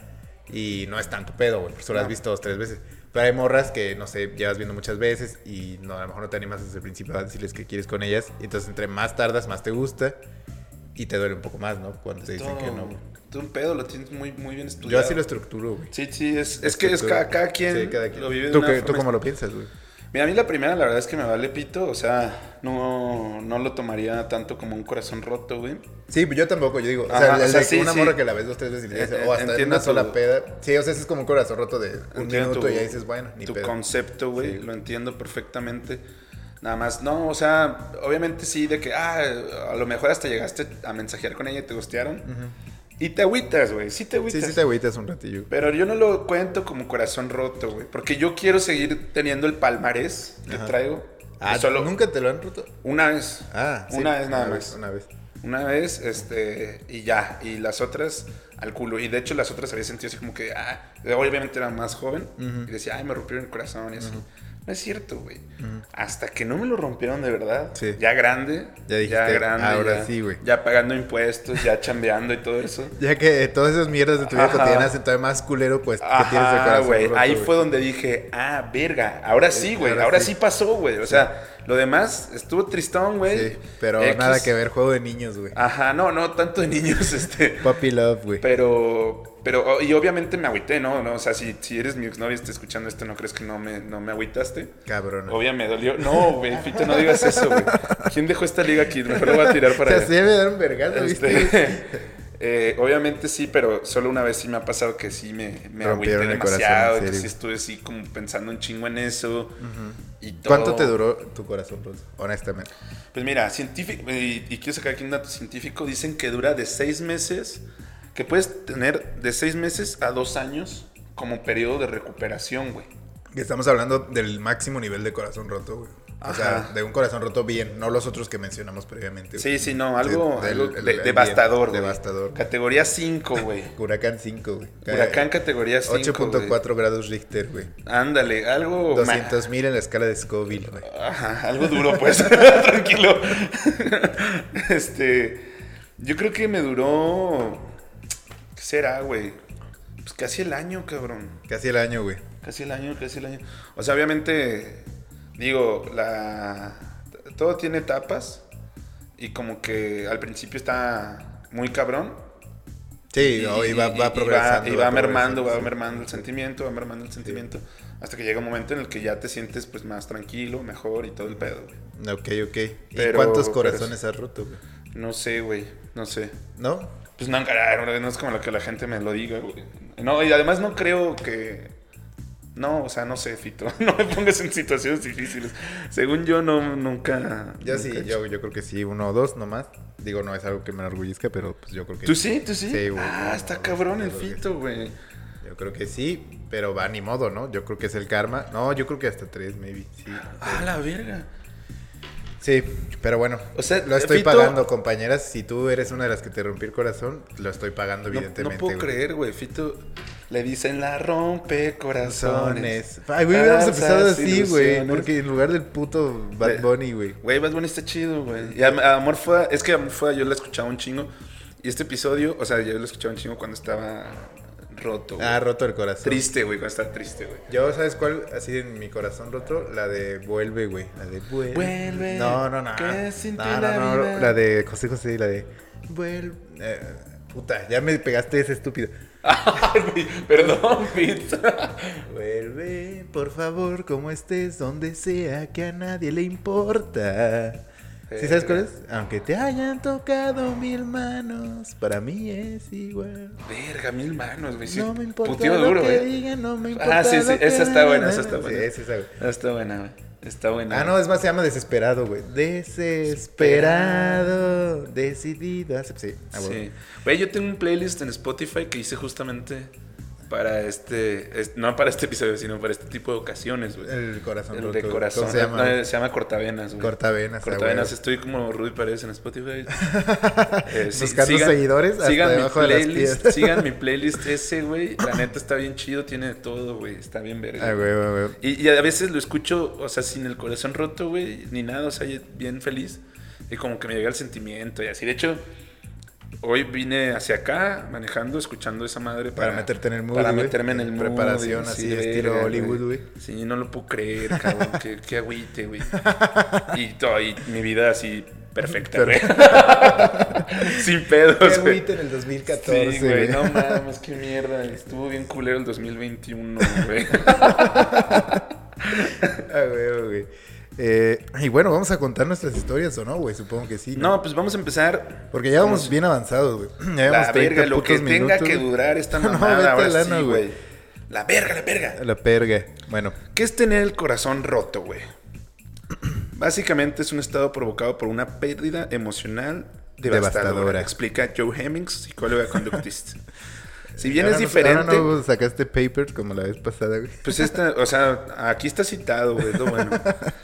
Y no es tanto pedo, güey, por eso lo has No. visto dos, tres veces. Pero hay morras que, no sé, llevas viendo muchas veces y no, a lo mejor no te animas desde el principio a decirles que quieres con ellas. Y entonces, entre más tardas, más te gusta y te duele un poco más, ¿no? Cuando te dicen Todo- que no. güey. todo un pedo lo tienes muy, muy bien estudiado. Yo así lo estructuro, güey. Sí, sí, es, es que es Estructura. cada, cada quien Sí, cada quien. lo vive de ¿Tú, una qué- forma ¿Tú cómo lo piensas, güey? Mira, a mí la primera la verdad es que me vale pito, o sea, no, no lo tomaría tanto como un corazón roto, güey. Sí, pues yo tampoco, yo digo. O sea, Ajá, el- o sea, el- sí, una sí. morra que la ves dos, tres veces y le Eh, dices, eh, o hasta en entiendo una sola tu- peda. Sí, o sea, ese es como un corazón roto de un Entiendo minuto tu- y ya dices, bueno, ni Tu pedo. concepto, güey, lo entiendo perfectamente. Nada más, no, o sea, obviamente sí, de que, ah, a lo mejor hasta llegaste a mensajear con ella y te gustearon. Y te agüitas, güey, sí te Sí, agüitas. sí, te agüitas un ratillo. Pero yo no lo cuento como corazón roto, güey, porque yo quiero seguir teniendo el palmarés que Ajá. traigo. Ah, solo ¿nunca te lo han roto? una vez. Ah, sí. Una vez nada una más. Vez, una vez. Una vez, este, y ya. Y las otras al culo. Y de hecho, las otras había sentido así como que, ah, obviamente era más joven. Ujú. Y decía, ay, me rompieron el corazón y así. No es cierto, güey. Hasta que no me lo rompieron de verdad. Sí. Ya grande. Ya dijiste, "Ahora sí, güey". Ya pagando impuestos, ya chambeando y todo eso. Ya que todas esas mierdas de tu vida Ajá. cotidiana hacen todavía más culero, pues, que tienes el Ajá, corazón güey. roto, Ahí güey. Eh, fue donde dije, ah, verga. Ahora sí, güey. ahora Ahora sí. sí pasó, güey. O sea, lo demás estuvo tristón, güey. Sí, pero X. nada que ver, juego de niños, güey. Ajá, no, no, tanto de niños, este. Puppy love, güey. Pero, pero, oh, y obviamente me agüité, ¿no? No, O sea, si, si eres mi exnovia y estás escuchando esto, ¿no crees que no me, no me agüitaste? Cabrón. Obvio me dolió. No, güey, Fito, no digas eso, güey. ¿Quién dejó esta liga aquí? Mejor lo voy a tirar para O sea, sí allá. me dieron vergazo, ¿viste? Este, eh, obviamente sí, pero solo una vez sí me ha pasado que sí me, me agüité Rompieron el corazón, demasiado. en que sí serio. estuve así como pensando un chingo en eso. y todo. ¿Cuánto te duró tu corazón, Rosa? Honestamente. Pues mira, científico, y, y quiero sacar aquí un dato científico, dicen que dura de seis meses, que puedes tener de seis meses a dos años como periodo de recuperación, güey. Que estamos hablando del máximo nivel de corazón roto, güey. O sea, Ajá. de un corazón roto bien, no los otros que mencionamos previamente. güey. Sí, sí, no, algo, Sí, del- algo el- de- el- devastador, güey. devastador. Categoría 5, güey. Huracán 5, güey. Huracán categoría 5. 8.4 grados Richter, güey. Ándale, algo... ma- 200 mil en la escala de Scoville, güey. Ajá, algo duro, pues. Tranquilo. este. Yo creo que me duró. ¿Qué será, güey? Pues casi el año, cabrón. Casi el año, güey. Casi el año, casi el año. O sea, obviamente, digo, la todo tiene etapas y como que al principio está muy cabrón. Sí, no, y va, y- va y progresando. Y va, mermando, progresando, va sí. mermando el sentimiento, va mermando el sentimiento. Hasta que llega un momento en el que ya te sientes pues más tranquilo, mejor y todo el pedo, güey. Ok, ok. ¿Y Pero- cuántos pero corazones has roto, güey? No sé, güey, no sé. ¿No? Pues no, caray, no es como lo que la gente me lo diga, güey. No, y además no creo que. No, o sea, no sé, Fito. No me pongas en situaciones difíciles. Según yo, no, nunca. Yo nunca sí, he hecho. yo, yo creo que sí, uno o dos nomás. Digo, no es algo que me enorgullezca, pero pues yo creo que ¿Tú sí? ¿Tú sí? Sí, güey. Ah, No, está no, cabrón no, el no, no, no. Fito, güey. Yo creo que sí, pero va ni modo, ¿no? Yo creo que es el karma. No, yo creo que hasta tres, maybe. Sí, Ah, la verga. sí pero bueno. O sea, lo estoy Fito- pagando, compañeras. Si tú eres una de las que te rompió el corazón, lo estoy pagando, No, evidentemente. no puedo güey. creer, güey. Fito le dicen la rompe corazones. Corazones. Ay, güey, hubiéramos falsas empezado así, güey. ilusiones. Porque en lugar del puto De- Bad Bunny, güey. Güey, Bad Bunny está chido, güey. Y Am- Amor fue, es que Amor fue, yo la escuchaba un chingo. Y este episodio, o sea, yo lo escuchaba un chingo cuando estaba roto, güey. Ah, roto el corazón. triste, güey, cuando estaba triste, güey. Yo, ¿sabes cuál? Así en mi corazón roto, la de Vuelve, güey. La de Vuelve. Vuelve, No, no, no. que sin ti no, la no, no, vida. La de José José y la de Vuelve. eh, puta, ya me pegaste ese estúpido. Ay, güey, Perdón, Pete. Vuelve, por favor, como estés, donde sea, que a nadie le importa. Eh. ¿Sí sabes cuál es? Aunque te hayan tocado mil manos, para mí es igual. Verga, mil manos, güey. Sí, no me importa puteo lo duro, que güey. digan, no me importa. Ah, sí, sí, lo que esa está buena, esa hagan. está buena. Sí, esa está buena. No, Ah, está buena, güey. Está buena. Ah, no, es más, se llama Desesperado, güey. Desesperado. Decidido. Ah, Sí, ah, Sí. güey. Güey, yo tengo un playlist en Spotify que hice justamente para este, es- no para este episodio, sino para este tipo de ocasiones, güey. El, El corazón roto. de güey. corazón. Eh, ¿Cómo se llama? No, se llama Cortavenas, güey. Cortavenas. ah, Cortavenas, güey. estoy como Rudy Paredes en Spotify. Eh, sí, Buscando seguidores hasta sigan mi debajo de las playlist, piedras. Sigan mi playlist ese, güey. La neta está bien chido, tiene de todo, güey. Está bien verga. Ah, güey, güey, güey. Y, y a veces lo escucho, o sea, sin el corazón roto, güey, ni nada, o sea, bien feliz. Y como que me llega el sentimiento y así. De hecho, hoy vine hacia acá manejando, escuchando esa madre Para para, meterte en el mood, Para güey. meterme en el mood. Preparación y así, estilo verga, Hollywood, güey. Sí, no lo puedo creer, cabrón. qué, qué agüite, güey. Y, todo, y mi vida así perfecta, güey. sin pedos, Qué güey. agüita en el Sí, 2014, güey, no mames, qué mierda. Estuvo bien culero el 2021, güey. Ah, güey, güey. Eh, y bueno, vamos a contar nuestras historias, ¿o no, güey? Supongo que sí. No, pues vamos a empezar Porque ya vamos bien avanzados, güey. Ya La llevamos 30 verga, lo que putos tenga minutos, que güey. durar esta No, mamada vete ahora al ano, sí, güey. güey. La verga, la verga. La perga. Bueno, ¿Qué es tener el corazón roto, güey? Básicamente es un estado provocado por una pérdida emocional devastadora. Devastadora. Explica Joe Hemmings, psicóloga conductista. si bien ahora es no- diferente, ahora no sacaste papers como la vez pasada, güey. pues esta, o sea, aquí está citado, güey, es lo bueno.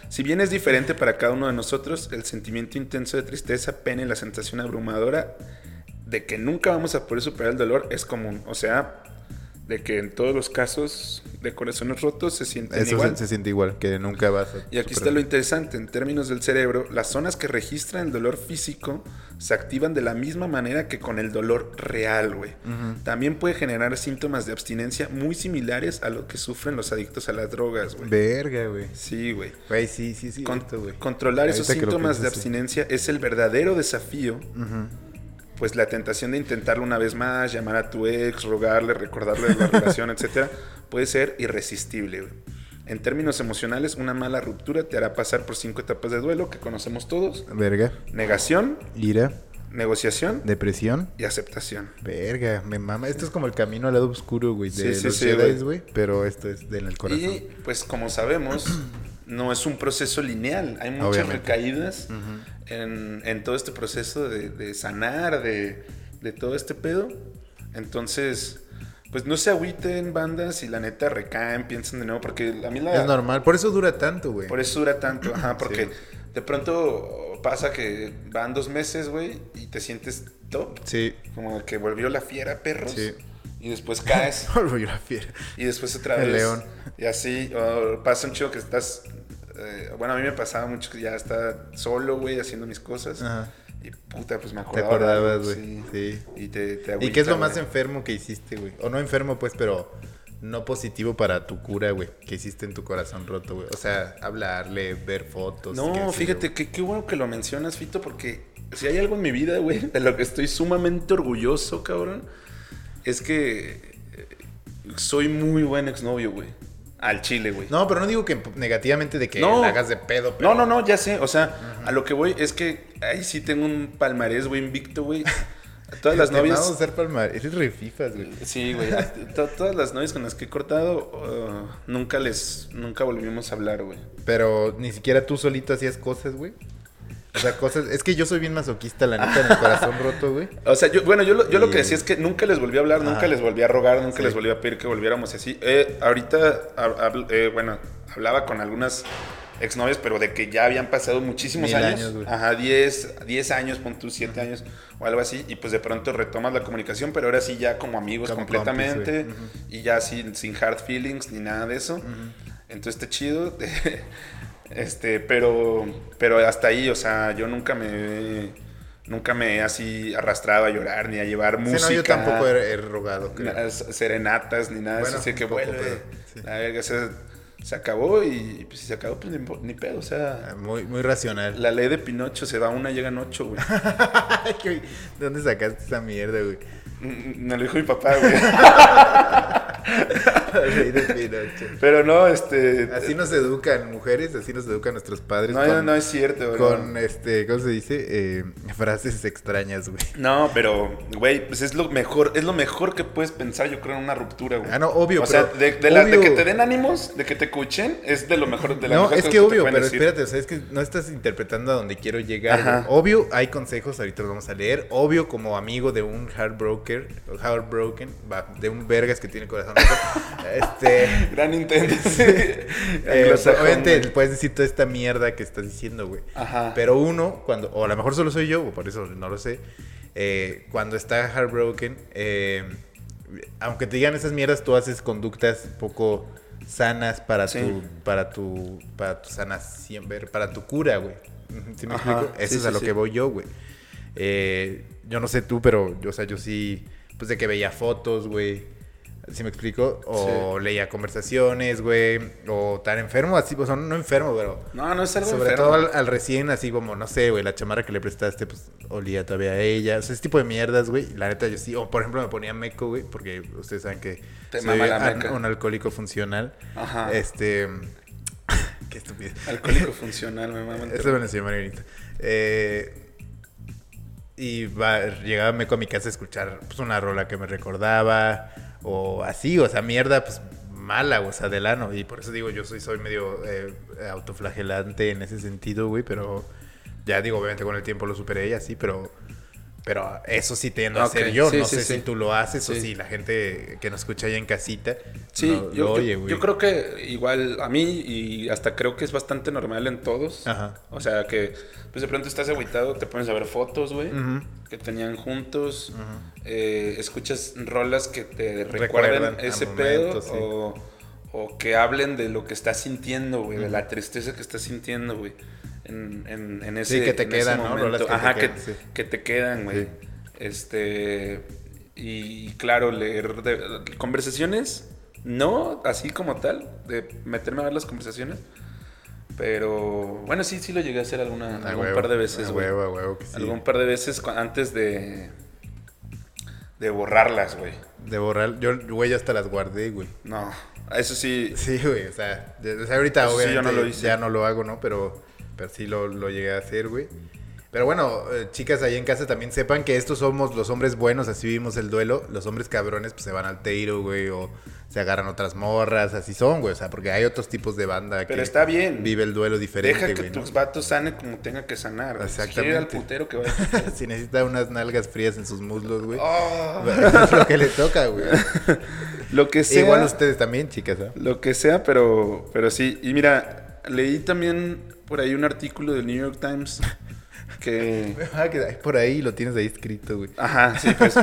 Si bien es diferente para cada uno de nosotros, el sentimiento intenso de tristeza, pena y la sensación abrumadora de que nunca vamos a poder superar el dolor es común. O sea, de que en todos los casos de corazones rotos se sienten Eso igual. se, se siente igual, que nunca vas a. Y aquí está lo superar. interesante, en términos del cerebro, las zonas que registran el dolor físico se activan de la misma manera que con el dolor real, güey. Ujú. También puede generar síntomas de abstinencia muy similares a lo que sufren los adictos a las drogas, güey. Verga, güey. Sí, güey. Güey, sí, sí, sí. Con- esto, güey. controlar esos Ahorita que lo síntomas de piensas, sí. abstinencia es el verdadero desafío, Ujú. pues la tentación de intentarlo una vez más, llamar a tu ex, rogarle, recordarle la relación, etcétera, puede ser irresistible. güey. En términos emocionales, una mala ruptura te hará pasar por cinco etapas de duelo que conocemos todos: Verga. negación, Ira. negociación Depresión. y aceptación. Verga, me mama. Esto es como el camino al lado oscuro, güey, de Sí, sí, los sí, Jedis, güey. güey. Pero esto es del el corazón. Y pues como sabemos, no es un proceso lineal. Hay muchas Obviamente. recaídas Ujú. en, en todo este proceso de, de sanar, de, de todo este pedo. Entonces, pues no se agüiten bandas y la neta recaen, piensen de nuevo, porque a mí la... Es normal, por eso dura tanto, güey. Por eso dura tanto, ajá, porque Sí. de pronto pasa que van dos meses, güey, y te sientes top. Sí. Como que volvió la fiera, perros. Sí. Y después caes. Volvió la fiera. Y después otra vez. El león. Y así, o pasa un chico que estás. eh, bueno, a mí me pasaba mucho que ya estaba solo, güey, haciendo mis cosas. Ajá. Y puta, pues me Te acordaba. acordabas, güey, güey. Sí. Y te, te ¿Y qué es lo agüita, más güey. enfermo que hiciste, güey? O no enfermo, pues, pero no positivo para tu cura, güey. Que hiciste en tu corazón roto, güey. O sea, hablarle, ver fotos. qué sé No, yo, fíjate, güey. que, qué bueno que lo mencionas, Fito, porque si hay algo en mi vida, güey, de lo que estoy sumamente orgulloso, cabrón, es que eh, soy muy buen exnovio, güey. Al chile, güey. No, pero no digo que negativamente de que No. la hagas de pedo, pero. No, no, no, ya sé. O sea, a lo que voy es que ahí sí tengo un palmarés, güey, invicto, güey. A Todas las Te novias. Vamos a hacer palmar. Eres re fifas, güey. Sí, güey. a to- Todas las novias con las que he cortado, uh, nunca les. Nunca volvimos a hablar, güey. Pero ni siquiera tú solito hacías cosas, güey. O sea, cosas. Es que yo soy bien masoquista, la neta, en el corazón roto, güey. O sea, yo, bueno, yo, lo- yo lo que Y- decía es que nunca les volví a hablar, nunca Ajá. les volví a rogar, nunca Ah. Sí. les volví a pedir que volviéramos y así. Eh, ahorita, hab- habl- eh, bueno, hablaba con algunas exnovias, pero de que ya habían pasado muchísimos Mil años. años, güey. Ajá, 10, 10 años, pon tú 7 años o algo así, y pues de pronto retomas la comunicación, pero ahora sí ya como amigos Como completamente compis, güey. y ya sin, sin hard feelings ni nada de eso. Entonces está chido. Este, pero, pero hasta ahí, o sea, yo nunca me, nunca me he así arrastrado a llorar ni a llevar música. Sí, no, yo tampoco he, he rogado, creo. na- serenatas ni nada. de eso, Bueno, así que un poco, vuelve. pero, sí. La verga, o sea, se acabó y pues, si se acabó, pues ni, po- ni pedo. O sea, Muy, muy racional. la ley de Pinocho se da una, llegan ocho, güey. Ay, güey, ¿De dónde sacaste esa mierda, güey? Mm, mm, Me lo dijo mi papá, güey. Rey de Pinocho. Pero no, este. Así nos educan mujeres, así nos educan nuestros padres. no, no, con, no es cierto, güey. con, este, ¿cómo se dice? Eh, frases extrañas, güey. No, pero, güey, pues es lo mejor, es lo mejor que puedes pensar, yo creo, en una ruptura, güey. Ah, no, obvio, O sea, pero- de, de la- de obvio. que te den ánimos, de que te escuchen, es de lo mejor de la No, mejor es que cosa te obvio, pueden pero decir. espérate, o sea, es que no estás interpretando a donde quiero llegar. Ajá. güey. Obvio, hay consejos, ahorita los vamos a leer. Obvio, como amigo de un heartbroker, heartbroken, va, de un vergas que tiene el corazón. roto, este, Gran intento. sí. eh, Anglosajón, obviamente güey. puedes decir toda esta mierda que estás diciendo, güey. Ajá. Pero uno, cuando, o a lo mejor solo soy yo, o por eso no lo sé, eh, cuando está heartbroken, eh, aunque te digan esas mierdas, tú haces conductas poco sanas para Sí. tu para tu para tu sanación, ver, para tu cura, güey. ¿Sí me Ajá, explico? sí, Eso es sí, a lo sí. que voy yo, güey. Eh, yo no sé tú, pero yo, o sea, yo sí, pues de que veía fotos, güey. ¿Sí me explico? O leía conversaciones, güey. O tan enfermo, así, pues no enfermo, pero No, no es algo sobre enfermo. todo al, al recién, así como, no sé, güey, la chamarra que le prestaste, pues olía todavía a ella. O sea, ese tipo de mierdas, güey. La neta, yo sí. O por ejemplo, me ponía meco, güey, porque ustedes saben que Te mama la an- meca. un alcohólico funcional. Ajá. Este. Qué estúpido. Alcohólico funcional, me maman. Esto Este me lo enseñó Margarita. Eh, y va- llegaba meco a mi casa a escuchar pues, una rola que me recordaba. O así, o sea, mierda, pues mala, o sea, del ano. Y por eso digo, yo soy, soy medio eh, autoflagelante en ese sentido, güey. Pero ya digo, obviamente con el tiempo lo superé y así, pero. Pero eso sí tiendo Ok, a hacer yo. sí, no sí, sé sí. si tú lo haces o Sí. si la gente que nos escucha allá en casita. Sí, yo, no- lo yo- oye, yo, güey. creo que igual a mí y hasta creo que es bastante normal en todos. Ajá. O sea que pues de pronto estás aguitado, te pones a ver fotos, güey, Ujú. que tenían juntos, Ujú. eh, escuchas rolas que te recuerdan, Recuerdan a ese pedo momentos, sí. o, o que hablen de lo que estás sintiendo, güey, de la tristeza que estás sintiendo, güey. En, en, en ese Sí, que te en ese quedan, ¿no? momento. Rolas que te Ajá, quedan, sí. que te quedan, güey. Sí. Este. Y claro, leer de- conversaciones. No así como tal, de meterme a ver las conversaciones. Pero bueno, sí, sí lo llegué a hacer alguna, A algún huevo, par de veces, a güey. huevo, a huevo que sí. Algún par de veces cu- antes de. de borrarlas, güey. De borrar, yo, güey, yo hasta las guardé, güey. No, eso sí. Sí, güey, o sea, ya- o sea, ahorita Eso sí, obviamente yo no lo hice. ya no lo hago, ¿no? Pero, pero sí lo, lo llegué a hacer, güey. Pero bueno, eh, chicas ahí en casa también sepan que estos somos los hombres buenos, así vivimos el duelo. Los hombres cabrones pues se van al teiro, güey, o se agarran otras morras, así son, güey. O sea, porque hay otros tipos de banda Pero que está bien. vive el duelo diferente, Deja que güey. ¿no? tus vatos sanen como tenga que sanar. güey. Si quiere ir al Exactamente. putero que vaya. al putero. si necesita unas nalgas frías en sus muslos, güey. Oh, Es lo que le toca, güey. lo que sea. Igual ustedes también, chicas, ¿ah? Lo que sea, pero, pero sí. Y mira, leí también por ahí un artículo del New York Times que... Ah, que es por ahí lo tienes ahí escrito, güey. Ajá, sí, pues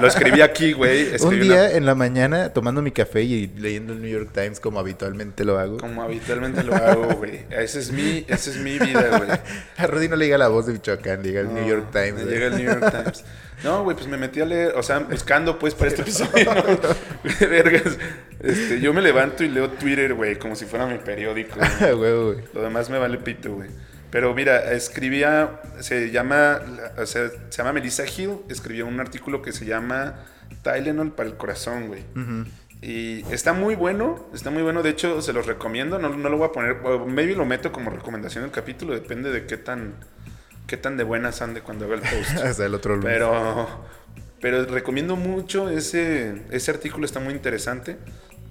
lo escribí aquí, güey. Un escribí día una- en la mañana tomando mi café y leyendo el New York Times como habitualmente lo hago. Como habitualmente lo hago, güey. Esa es mi, esa es mi vida, güey. A Rudy no le llega la voz de Michoacán, le llega el No, New York Times. me güey. Llega el New York Times. No, güey, pues me metí a leer, o sea, buscando pues para este episodio. ¿no? Vergas. Este, yo me levanto y leo Twitter, güey, como si fuera mi periódico. güey. Ah, güey, güey. Lo demás me vale pito, güey. Pero mira, escribía, se llama, o sea, se llama Melissa Hill, escribió un artículo que se llama Tylenol para el corazón, güey. Ujú. Y está muy bueno, está muy bueno, de hecho se los recomiendo, no, no lo voy a poner, o maybe lo meto como recomendación del capítulo, depende de qué tan, qué tan de buenas ande cuando haga el post. Hasta el otro lunes. pero, pero recomiendo mucho ese, ese artículo, está muy interesante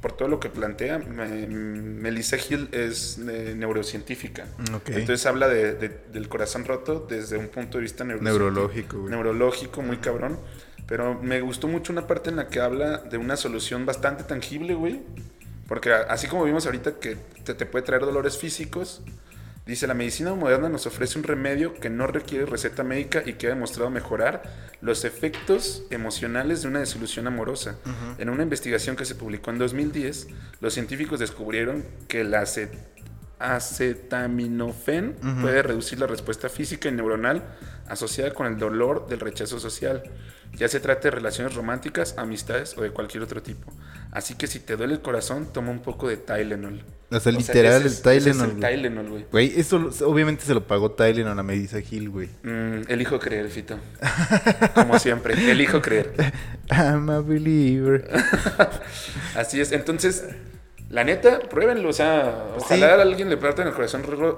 por todo lo que plantea. Me- Melissa Hill es eh, neurocientífica. Ok. Entonces habla de- de- del corazón roto desde un punto de vista neurocientífico Neurológico, güey. neurológico muy cabrón. Pero me gustó mucho una parte en la que habla de una solución bastante tangible, güey. Porque a- así como vimos ahorita que te, te puede traer dolores físicos, dice, la medicina moderna nos ofrece un remedio que no requiere receta médica y que ha demostrado mejorar los efectos emocionales de una desilusión amorosa. En una investigación que se publicó en 2010, los científicos descubrieron que la, ace- acetaminofén puede reducir la respuesta física y neuronal asociada con el dolor del rechazo social, ya se trate de relaciones románticas, amistades o de cualquier otro tipo. Así que si te duele el corazón, toma un poco de Tylenol. O O sea, sea, literal, ese es- el ese es Tylenol. el güey. Tylenol, güey. Güey, eso lo- obviamente se lo pagó Tylenol a Melissa Hill, güey. Mm, elijo creer, Fito. Como siempre, elijo creer. I'm a believer. Así es. Entonces, la neta, pruébenlo. O sea, ojalá Pues sí. a alguien le partan el corazón ro- ro-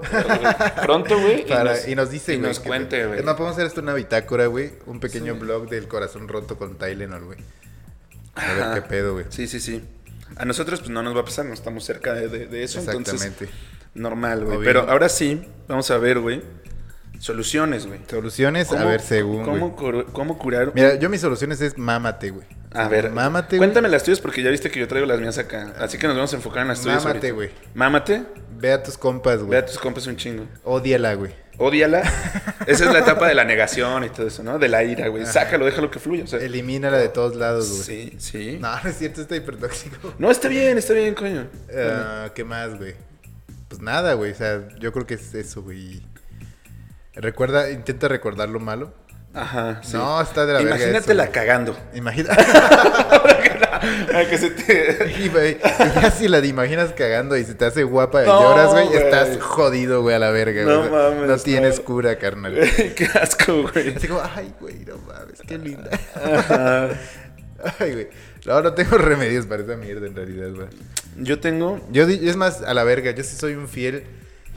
pronto, güey. Para- y nos dice, y güey, nos que- cuente, güey. Es más, podemos hacer esto en una bitácora, güey. Un pequeño Sí. blog del corazón roto con Tylenol, güey. A ver Ajá. qué pedo, güey. Sí, sí, sí. A nosotros, pues no nos va a pasar, no estamos cerca de, de- de eso. Entonces, Exactamente. normal, güey. Obvio. Pero ahora sí, vamos a ver, güey. Soluciones, güey. Soluciones, a ¿Cómo- ver, según. ¿Cómo, güey. cur- cómo curar? Mira, yo mis soluciones es mámate, güey. a ver, Mámate, güey. cuéntame las tuyas porque ya viste que yo traigo las mías acá. Así que nos vamos a enfocar en las tuyas. Mámate, ahorita. güey. Mámate. Ve a tus compas, Ve güey. a tus compas un chingo. Odiala, güey. Ódiala. Esa es la etapa de la negación y todo eso, ¿no? De la ira, güey. Sácalo, déjalo que fluya. O sea, Elimínala de todos lados, güey. sí, sí. No. No, no es cierto, está hipertóxico. está bien, está bien, coño. Ah, ¿Qué más, güey? Pues nada, güey. O sea, yo creo que es eso, güey. Recuerda, intenta recordar lo malo. Ajá, sí. No, está de la verga Imagínatela eso, güey. cagando. Imagina. Ah, que se te... y, güey, y ya si la te imaginas cagando y se te hace guapa y No, lloras, güey, güey. estás jodido, güey, a la verga, No güey. No, mames, tienes no. cura, carnal. Qué asco, güey. Así como, ay, güey, no mames, qué linda. Ajá. Ay, güey. No, no tengo remedios para esa mierda en realidad, güey. Yo tengo... Yo, di- es más, a la verga, yo sí soy un fiel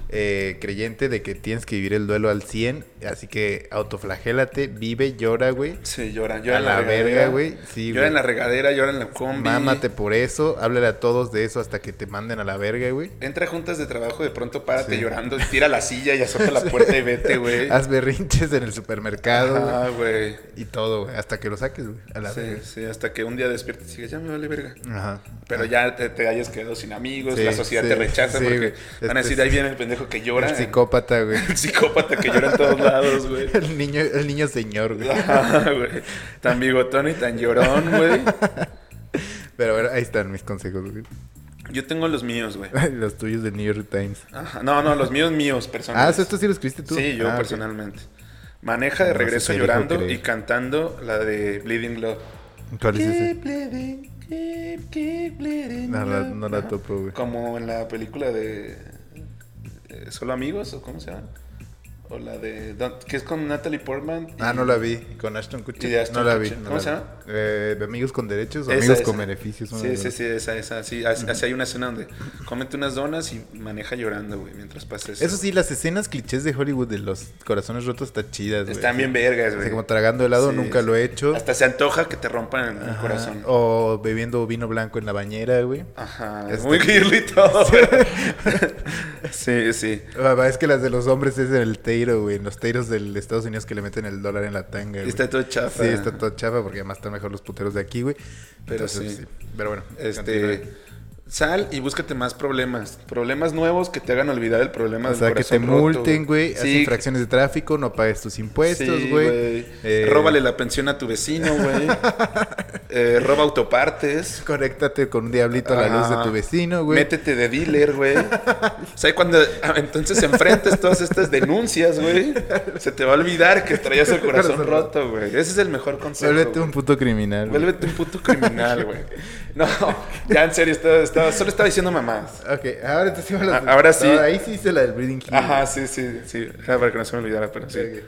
eh, creyente de que tienes que vivir el duelo al 100, así que autoflagélate, vive, llora, güey. Sí, llora. Llora A en la, la verga, regadera. güey. Sí, llora güey. en la regadera, llora en la combi. Mámate por eso, háblale a todos de eso hasta que te manden a la verga, güey. Entra a juntas de trabajo, de pronto párate Sí. llorando, tira la silla y azota la puerta y vete, güey. Haz berrinches en el supermercado güey, Ah, güey. y todo, güey, hasta que lo saques, güey, a la Sí, verga. sí, hasta que un día despiertes y digas, ya me vale verga. Ajá. Ah, Pero ya te, te hayas quedado sin amigos, Sí, la sociedad sí, te rechaza sí, porque güey. van a Este decir, es- ahí viene el pendejo que llora. El psicópata, güey. El psicópata que llora en todos lados, güey. El niño, el niño señor, güey. Ajá, güey. Tan bigotón y tan llorón, güey. Pero bueno, ahí están mis consejos, güey. Yo tengo los míos, güey. Los tuyos del New York Times. Ajá. No, no, los míos míos, personales. Ah, ¿so ¿esto sí lo escribiste tú? Sí, yo Ah, ok. personalmente. Maneja de No sé regreso si elijo llorando creer. y cantando la de Bleeding Love. ¿Cuál es ese? Keep bleeding, keep, keep bleeding No la- love. no la Ajá. topo, güey. Como en la película de eh, Solo Amigos, o cómo se llama. O la de. Don't- que es con Natalie Portman. y- Ah, no la vi. Con Ashton Kutcher. Y de Ashton no la vi. Kutcher. no ¿Cómo la se vi. llama? Eh, de amigos con derechos o Esa, amigos esa. con beneficios. una Sí, de sí, dos. sí, esa, esa. Sí, así, así hay una escena donde comete unas donas y maneja llorando, güey, mientras pasa eso. Eso sí, las escenas clichés de Hollywood de los corazones rotos están chidas, güey. Están bien vergas, Así güey. como tragando helado, Sí, nunca sí. lo he hecho. Hasta se antoja que te rompan el, el Ajá. Oh. corazón. O bebiendo vino blanco en la bañera, güey. Ajá. Este- Muy girly todo, güey. Sí, sí. La verdad es que las de los hombres es el teiro, güey. En los teiros del Estados Unidos que le meten el dólar en la tanga, güey. Está todo chafa. Sí, está todo chafa porque además están mejor los puteros de aquí, güey. Pero Entonces, sí. Pero bueno. Este, continúa. sal y búscate más problemas. Problemas nuevos que te hagan olvidar el problema O del sea, que te corazón roto, multen, güey. Haz Sí, infracciones de tráfico, no pagues tus impuestos, sí, güey. güey. Eh, Róbale la pensión a tu vecino, güey. Eh, roba autopartes. Conéctate con un diablito a la luz de Ajá. tu vecino, güey. Métete de dealer, güey. o sea, cuando ah, entonces enfrentes todas estas denuncias, güey, se te va a olvidar que traías el corazón Corazón roto, güey. Ese es el mejor consejo. Vuélvete güey. un puto criminal. güey. Vuélvete un puto criminal, güey. No, ya en serio, estaba, estaba- solo estaba diciendo mamás. Ok, ahora te sigo la... A- ahora sí. No, ahí sí hice la del Breeding Hill. Ajá, sí, sí, sí. Era para que no se me olvidara, pero sí. Ok,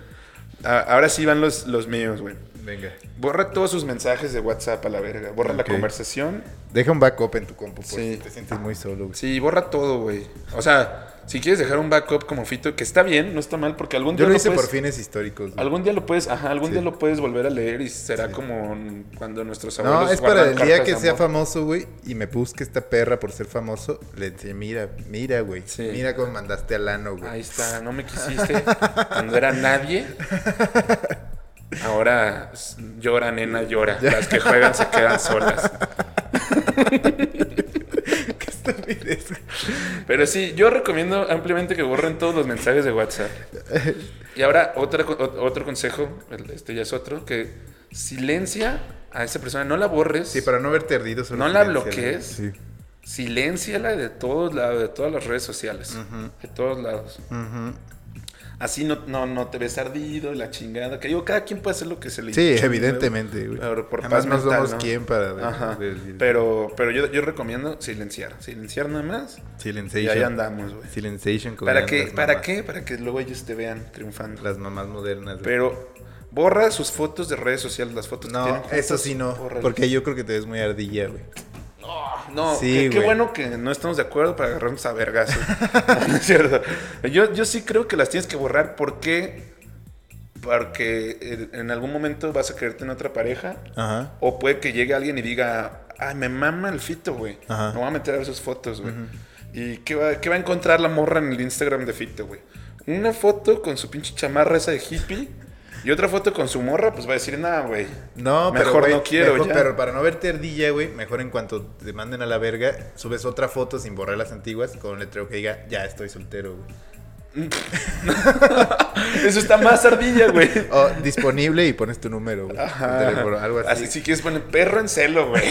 Ah, ahora sí van los, los míos, güey. Venga. Borra todos sus mensajes de WhatsApp a la verga. Borra Ok. la conversación. Deja un backup en tu compu, por Sí. si te sientes muy solo, güey. Sí, borra todo, güey. O sea, si quieres dejar un backup como Fito, que está bien, no está mal, porque algún Yo día lo hice puedes- por fines históricos. güey. Algún día lo puedes, ajá, algún Sí. día lo puedes volver a leer y será como en- cuando nuestros abuelos No, es para guardan el día cartas que de sea amor. famoso, güey, y me busque esta perra por ser famoso, le decía, mira, mira, güey, Sí. mira cómo mandaste a Lano, güey. Ahí está, no me quisiste cuando era nadie. Ahora s- llora, nena, llora. Las que juegan se quedan solas. Qué estupidez, güey. Pero sí, yo recomiendo ampliamente que borren todos los mensajes de WhatsApp. Y ahora otra co- o- otro consejo, el- este ya es otro, que silencia a esa persona, no la borres. Sí, para no verte ardido. solo No la silenciala, güey. bloquees. Sí. silénciala de todos lados, de todas las redes sociales, de todos lados. Así no, no, no te ves ardido, la chingada. Que digo, cada quien puede hacer lo que se le Sí, hinche, evidentemente, güey. Pero por Además, paz no mental, somos ¿no? quién para de- Ajá. de- de- Pero, pero yo, yo recomiendo silenciar. Silenciar nada más. Y Silenciation. ahí andamos, güey. Silenciation como ¿Para eran qué? las ¿Para mamás- qué? Para que luego ellos te vean triunfando. Las mamás modernas. güey. Pero borra sus fotos de redes sociales, las fotos que no, tienen eso juntas, sí no. bórralas. Porque yo creo que te ves muy ardilla, güey. Ah, No, Sí, qué, qué güey. bueno que no estamos de acuerdo para agarrarnos a vergas. No es cierto. Yo, yo sí creo que las tienes que borrar. ¿Por qué? Porque en- en algún momento vas a quererte en otra pareja. Ajá. O puede que llegue alguien y diga, ay, me mama el fito, güey. Ajá. Me voy a meter a ver sus fotos, güey. ¿Y qué va, qué va a encontrar la morra en el Instagram de fito, güey? Una foto con su pinche chamarra esa de hippie. Y otra foto con su morra, pues va a decir, nada, güey. No, pero, Mejor güey, no quiero, mejor- ya. Pero para no verte ardilla, güey, mejor en cuanto te manden a la verga, subes otra foto sin borrar las antiguas con un letrero que diga, ya estoy soltero, güey. Eso está más ardilla, güey. O disponible y pones tu número, güey. Tu teléfono, algo así. Así si quieres poner perro en celo, güey.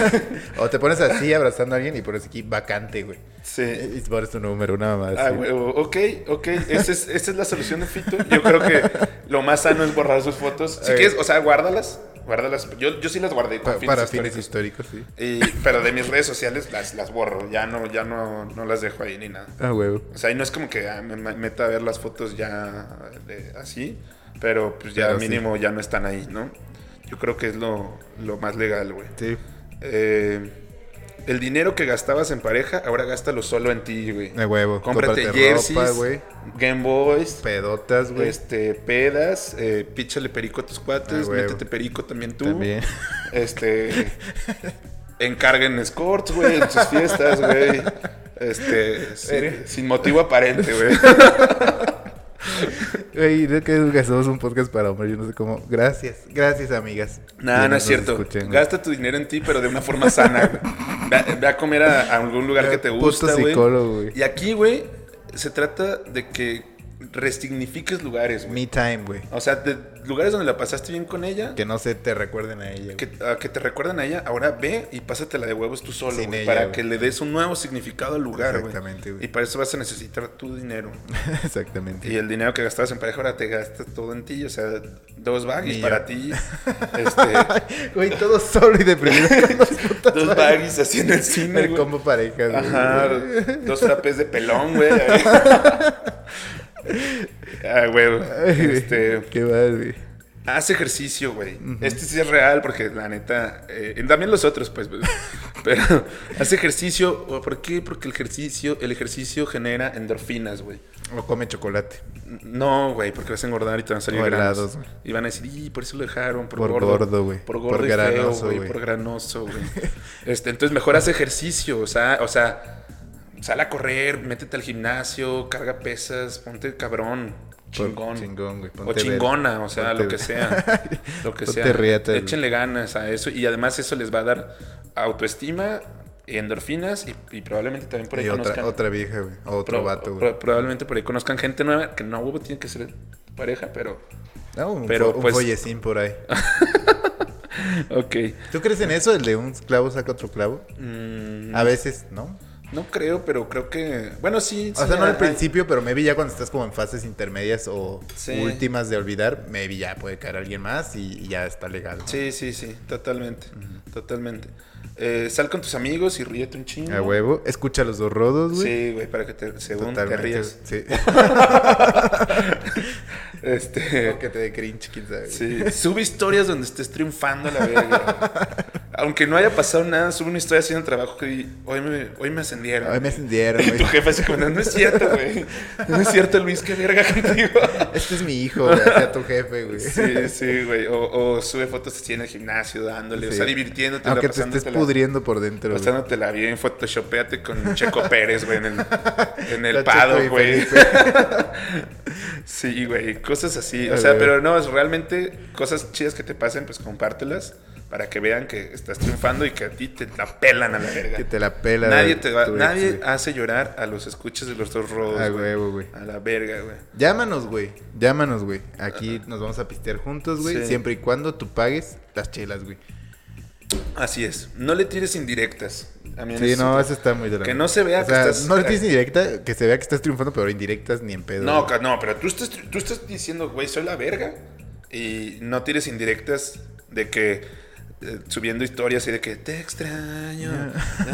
O te pones así abrazando a alguien y pones aquí vacante, güey. sí. Y pones tu número, nada más. Eh, Ah, güey, ok, ok. Esa es, esa es la solución de Fito. Yo creo que lo más sano es borrar sus fotos. Si Eh. quieres, o sea, guárdalas. Guárdalas. Yo, yo sí las guardé con Pa- para fines históricos, sí. Y- pero de mis redes sociales las, las borro, ya no, ya no, no las dejo ahí ni nada. Ah, huevo. O sea, y no es como que ah, me ma- meta a ver las fotos ya de- así, pero pues ya Pero sí. mínimo ya no están ahí, ¿no? Yo creo que es lo, lo más legal, güey. Sí. Eh, el dinero que gastabas en pareja, ahora gástalo solo en ti, güey. De huevo. Cómprate, Eh, Cómprate jerseys, ropa, güey. Game Boys, Pedotas, güey. este, pedas, eh, píchale perico a tus cuates, Ah, güey. métete perico también tú. También. Este. encarguen escorts, güey, en sus fiestas, güey. Este. Sin, sin motivo aparente, güey. Güey, creo que gastamos un podcast para hombres, yo no sé cómo. Gracias, gracias, amigas. No, Que no es nos cierto. escuchen, güey. Gasta tu dinero en ti, pero de una forma sana, güey. Ve, a- ve a comer a, a algún lugar que te Eh, Puto gusta, güey. psicólogo, güey. Y aquí, güey, se trata de que resignifiques lugares, güey. Me time, güey. O sea, de lugares donde la pasaste bien con ella. Que no se te recuerden a ella. güey. Que, a que te recuerdan a ella, ahora ve y pásatela de huevos tú solo, Sin güey, ella, para güey. que le des un nuevo significado al lugar, güey. Exactamente, güey. Y para eso vas a necesitar tu dinero. Exactamente. Y este el dinero que gastabas en pareja ahora te gastas todo en ti, o sea, dos baggies Mío. para ti, este, Güey, todo solo y deprimido. con dos putas dos baggies así en el cine, El güey. combo pareja, güey. Ajá, dos frappés de pelón, güey. ah, güey, Ay, güey, este, Qué mal, güey. haz ejercicio, güey. Este sí es real porque la neta, eh, y también los otros, pues, pues, pero haz ejercicio, ¿o ¿por qué? Porque el ejercicio, el ejercicio genera endorfinas, güey. O come chocolate. No, güey, porque vas a engordar y te van a salir O granos. helados, güey. Y van a decir, y por eso lo dejaron, por, Por gordo. gordo, güey. Por gordo Por y feo, granoso, güey. güey. Por granoso, güey. este, entonces mejor haz ejercicio, o sea, o sea, sal a correr, métete al gimnasio, carga pesas, ponte cabrón, Por- chingón. chingón, güey, O ponte chingona, verga, o sea, ponte lo que verga. sea. lo que Ponte sea. riata, güey. Échenle ganas a eso y además eso les va a dar autoestima, endorfinas y, y probablemente también por ahí Y otra, conozcan- otra vieja, güey. O otro Pro- vato, güey. pro- probablemente por ahí conozcan gente nueva, que no hubo, tiene que ser pareja, pero. No, un, pero, fo- un pues- follecín por ahí. Ok. ¿Tú crees en eso? El de un clavo saca otro clavo. Mm, A veces, ¿no? no creo, pero creo que. Bueno, sí. O sí, sea, no al hay- principio, pero maybe ya cuando estás como en fases intermedias o Sí. últimas de olvidar, maybe ya puede caer alguien más y, y ya está legal. ¿no? Sí, sí, sí, totalmente. Totalmente. Eh, sal con tus amigos y ríete un chingo. A huevo. Escucha los dos rodos, güey. Sí, güey, para que te, según te rías. Sí. Este. O que te dé cringe, quién sabe. Sí, sube historias donde estés triunfando a la verga. Aunque no haya pasado nada, sube una historia haciendo trabajo que di, hoy me, hoy me ascendieron. Hoy me ascendieron, Y tu güey. jefe así como, no, no es cierto, güey. No es cierto, Luis, qué verga contigo. Este es mi hijo, güey. Sea tu jefe, güey. Sí, sí, güey. O, o sube fotos así en el gimnasio dándole, o Sí. sea, divirtiéndote. Aunque te estés pudriendo por dentro, güey. Pasándotela bien, photoshopeate con Checo Pérez, güey, en el, en el La pado, Checo y güey. Felipe. Sí, güey, cosas así. A O sea, ver. pero no, es realmente cosas chidas que te pasen, pues compártelas para que vean que estás triunfando y que a ti te la pelan a la verga. Que te la pela. Nadie güey, te va, tu ex, nadie güey. hace llorar a los escuchas de los dos rodos. A huevo, güey. A la verga, güey. Llámanos, güey. Llámanos, güey. Aquí nos vamos a pistear juntos, güey. Sí. Siempre y cuando tú pagues las chelas, güey. Así es. No le tires indirectas. A mí en Sí, ese no, sentido. eso está muy de la Que mano. no se vea O que sea, estás- eh, No le tienes indirecta, que se vea que estás triunfando, pero indirectas ni en pedo. No, güey. ca- no, pero tú estás, tú estás diciendo, güey, soy la verga. Y no tires indirectas de que eh, subiendo historias y de que te extraño.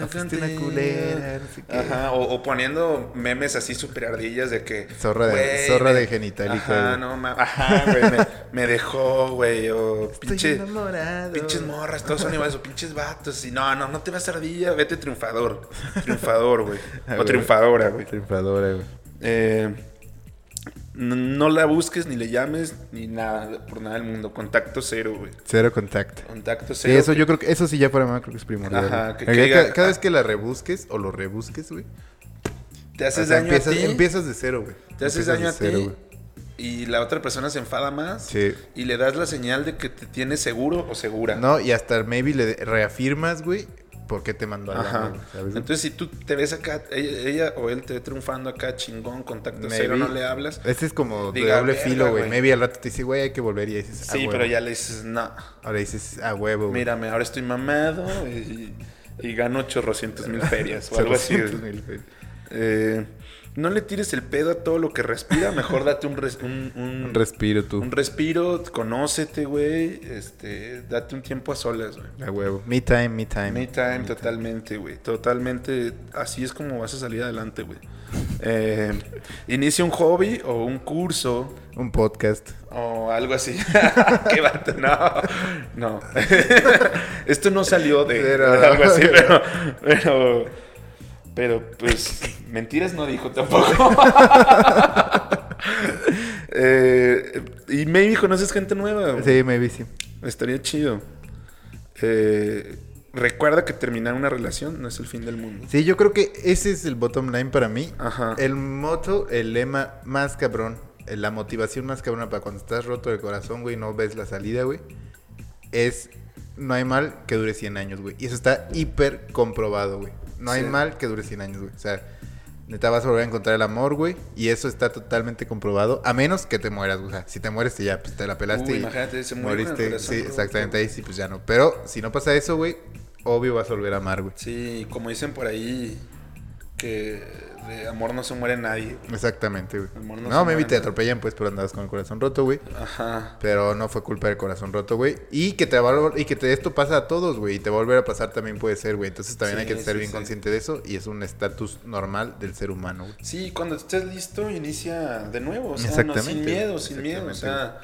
Ah, fuiste una culera, no sé qué. Ajá, o, o poniendo memes así super ardillas de que. Zorra de- güey, zorra de genitálica, Ajá, güey. no mames. Ajá, güey, me, me dejó, güey. O Estoy pinche. enamorado. Pinches morras, todos son iguales, o pinches vatos. Y no, no, no te vas a ardilla, vete triunfador. Triunfador, güey. Ah, O güey. triunfadora, güey. Triunfadora, güey. Eh, n- no la busques, ni le llames, ni nada, por nada del mundo. Contacto cero, güey. Cero contacto. Contacto Sí, cero. eso yo creo que, eso sí ya para mí creo que es primordial. Ajá, güey. que- Porque que ya ca- diga- ah. cada vez que la rebusques o lo rebusques, güey. Te haces o sea, daño empiezas, a ti. empiezas de cero, güey. te haces Empiezas daño de a ti. cero, güey. y la otra persona se enfada más. Sí. Y le das la señal de que te tienes seguro o segura. No, y hasta maybe le reafirmas, güey, por qué te mandó a la Ajá. verga, ¿sabes? güey? Entonces, si tú te ves acá, ella, ella o él te ve triunfando acá, chingón, contacto cero, Maybe. no le hablas. Este es como de Diga, doble "Verga, filo, güey. güey". Maybe al rato te dice, Ah, güey, hay que volver y ahí dices, a Sí, huevo. pero ya le dices, no, Ahora dices, a huevo, güey. mírame, ahora estoy mamado y, y gano 800 mil ferias o algo así. güey. 700 mil, güey. Eh, no le tires el pedo a todo lo que respira, mejor date un, res- un, un- Un respiro tú. un respiro, conócete, güey, este, date un tiempo a solas, güey. A huevo. Me time, me time. Me time totalmente, güey, totalmente, así es como vas a salir adelante, güey. Eh, inicia un hobby o un curso Un podcast. o algo así. Qué vato, no, no. Esto no salió de, Pero- de algo así, pero, pero, pero, pues, mentiras no dijo tampoco. Eh, y maybe conoces gente nueva. güey. Sí, maybe sí. Estaría chido. Eh, recuerda que terminar una relación no es el fin del mundo. Sí, yo creo que ese es el bottom line para mí. Ajá. El moto, el lema más cabrón, eh, la motivación más cabrona para cuando estás roto de corazón, güey, no ves la salida, güey, es no hay mal que dure 100 años, güey. Y eso está hiper comprobado, güey. No hay Sí. mal que dure 100 años, güey. O sea, neta vas a volver a encontrar el amor, güey. Y eso está totalmente comprobado, a menos que te mueras, güey. O sea, si te mueres, ya, pues te la pelaste Uy, y imagínate, se muere con el moriste. corazón Sí, roto. exactamente, ahí sí, pues ya no. Pero si no pasa eso, güey, obvio vas a volver a amar, güey. Sí, como dicen por ahí, que de amor no se muere nadie. Exactamente, güey. El mono no No, se maybe muere, te ¿no? atropellan, pues, pero andabas con el corazón roto, güey. Ajá. Pero no fue culpa del corazón roto, güey. Y que te va a vol- y que te- esto pasa a todos, güey. Y te va a volver a pasar también puede ser, güey. Entonces también hay Sí, que ser sí, bien sí. consciente de eso. Y es un estatus normal del ser humano, güey. Sí, cuando estés listo, inicia de nuevo. O sea, no, sin Exactamente, miedo, güey. sin miedo. O sea,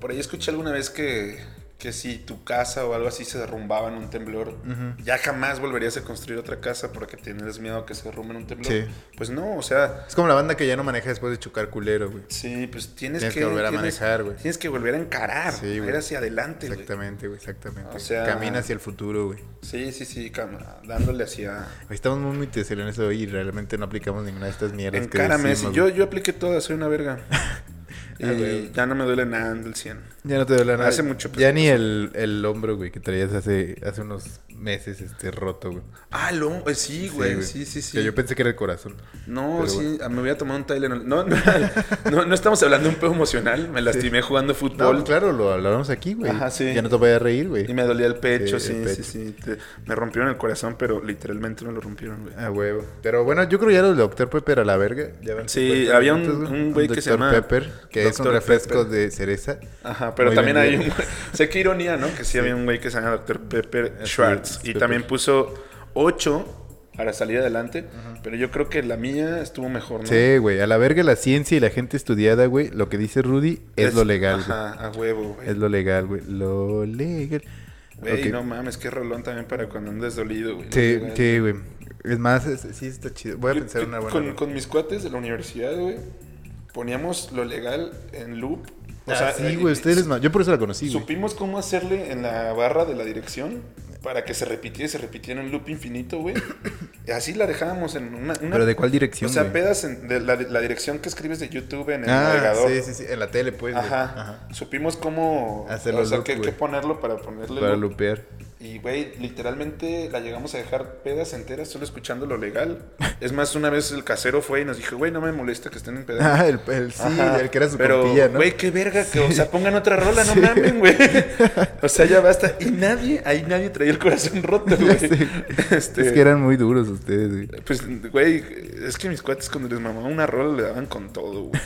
por ahí escuché alguna vez que, que si tu casa o algo así se derrumbaba en un temblor, Ujú. ya jamás volverías a construir otra casa porque tienes miedo a que se derrumbe en un temblor. Sí. Pues no, o sea, Es como la banda que ya no maneja después de chocar culero, güey. sí, pues tienes, Tienes que volver a tienes- manejar, güey. Tienes que volver a encarar, Sí, güey. ir hacia adelante, güey. Exactamente, güey. Exactamente. O sea- Camina hacia el futuro, güey. Sí, sí, sí, cam- dándole hacia... Estamos muy metidos en eso y realmente no aplicamos ninguna de estas mierdas que Encárame, este decimos, sí, yo, güey. yo apliqué todas, soy una verga. y Ah, güey. ya no me duele nada del 100. Ya no te duele nada. Hace mucho Ya ni el, el hombro, güey, que traías hace, hace unos meses este roto, güey. Ah, lo, eh, sí, güey, sí, sí, sí. Que yo pensé que era el corazón. No, Pero sí, ah, me voy a tomar un Tylenol. No, no, no, no estamos hablando de un pedo emocional. Me lastimé jugando No, fútbol claro, lo hablamos aquí, güey. Ajá, sí. Ya no te vayas a reír, güey. y me dolía el pecho, Sí, sí, el sí, pecho. sí. Te- me rompieron el corazón, pero literalmente me lo rompieron, güey. Ah, huevo. Pero bueno, yo creo ya los Dr. Pepper a la verga. Ya van Sí, 50 había un- minutos, un güey que se Dr. llama Pepper, que es un Dr. refresco Pepper. de cereza. Ajá, pero Muy también hay vendido. un... sé qué ironía, ¿no? Que sí, había un güey que se llama Dr. Pepper Así Schwartz. es, y Pepper. también puso 8 para salir adelante. Pero yo creo que la mía estuvo mejor, ¿no? Sí, güey. A la verga la ciencia y la gente estudiada, güey. Lo que dice Rudy es, lo legal, güey. Ajá, a huevo, güey. Es lo legal, güey. Lo legal. Güey, Ok. no mames, qué rolón también para cuando andes dolido, güey. Sí, Lo legal. sí, güey. Es más, es- sí está chido. Voy a Yo- pensar yo una buena. con, con mis cuates de la universidad, güey, poníamos lo legal en loop. O Ah, sea, sí, eh, güey. Ustedes les ma- Yo por eso la conocí, güey. Supimos cómo hacerle en la barra de la dirección para que se repitiera y se repitiera en loop infinito, güey. Y así la dejábamos en una... una- Pero de cuál O dirección, sea, güey? pedas en- de la, la dirección que escribes de YouTube en el Ah, navegador. sí, sí, sí. En la tele, pues. güey. Ajá. Supimos cómo... Hacerlo o sea, loop, qué, güey. qué ponerlo para ponerle Para loop. lupear. Y, güey, literalmente la llegamos a dejar pedas enteras solo escuchando lo legal. Es más, una vez el casero fue y nos dijo, güey, no me molesta que estén en pedas. Ah, el, el sí, Ajá, el que era su Pero, compilla, ¿no? Güey, qué verga, que, o Sí. sea, pongan otra rola, no Sí. mamen, güey. O sea, ya basta. Y nadie, ahí nadie traía el corazón roto, Ya güey. sé. Este, Es que eran muy duros ustedes, güey. Pues, güey, es que mis cuates cuando les mamaba una rola le daban con todo, güey.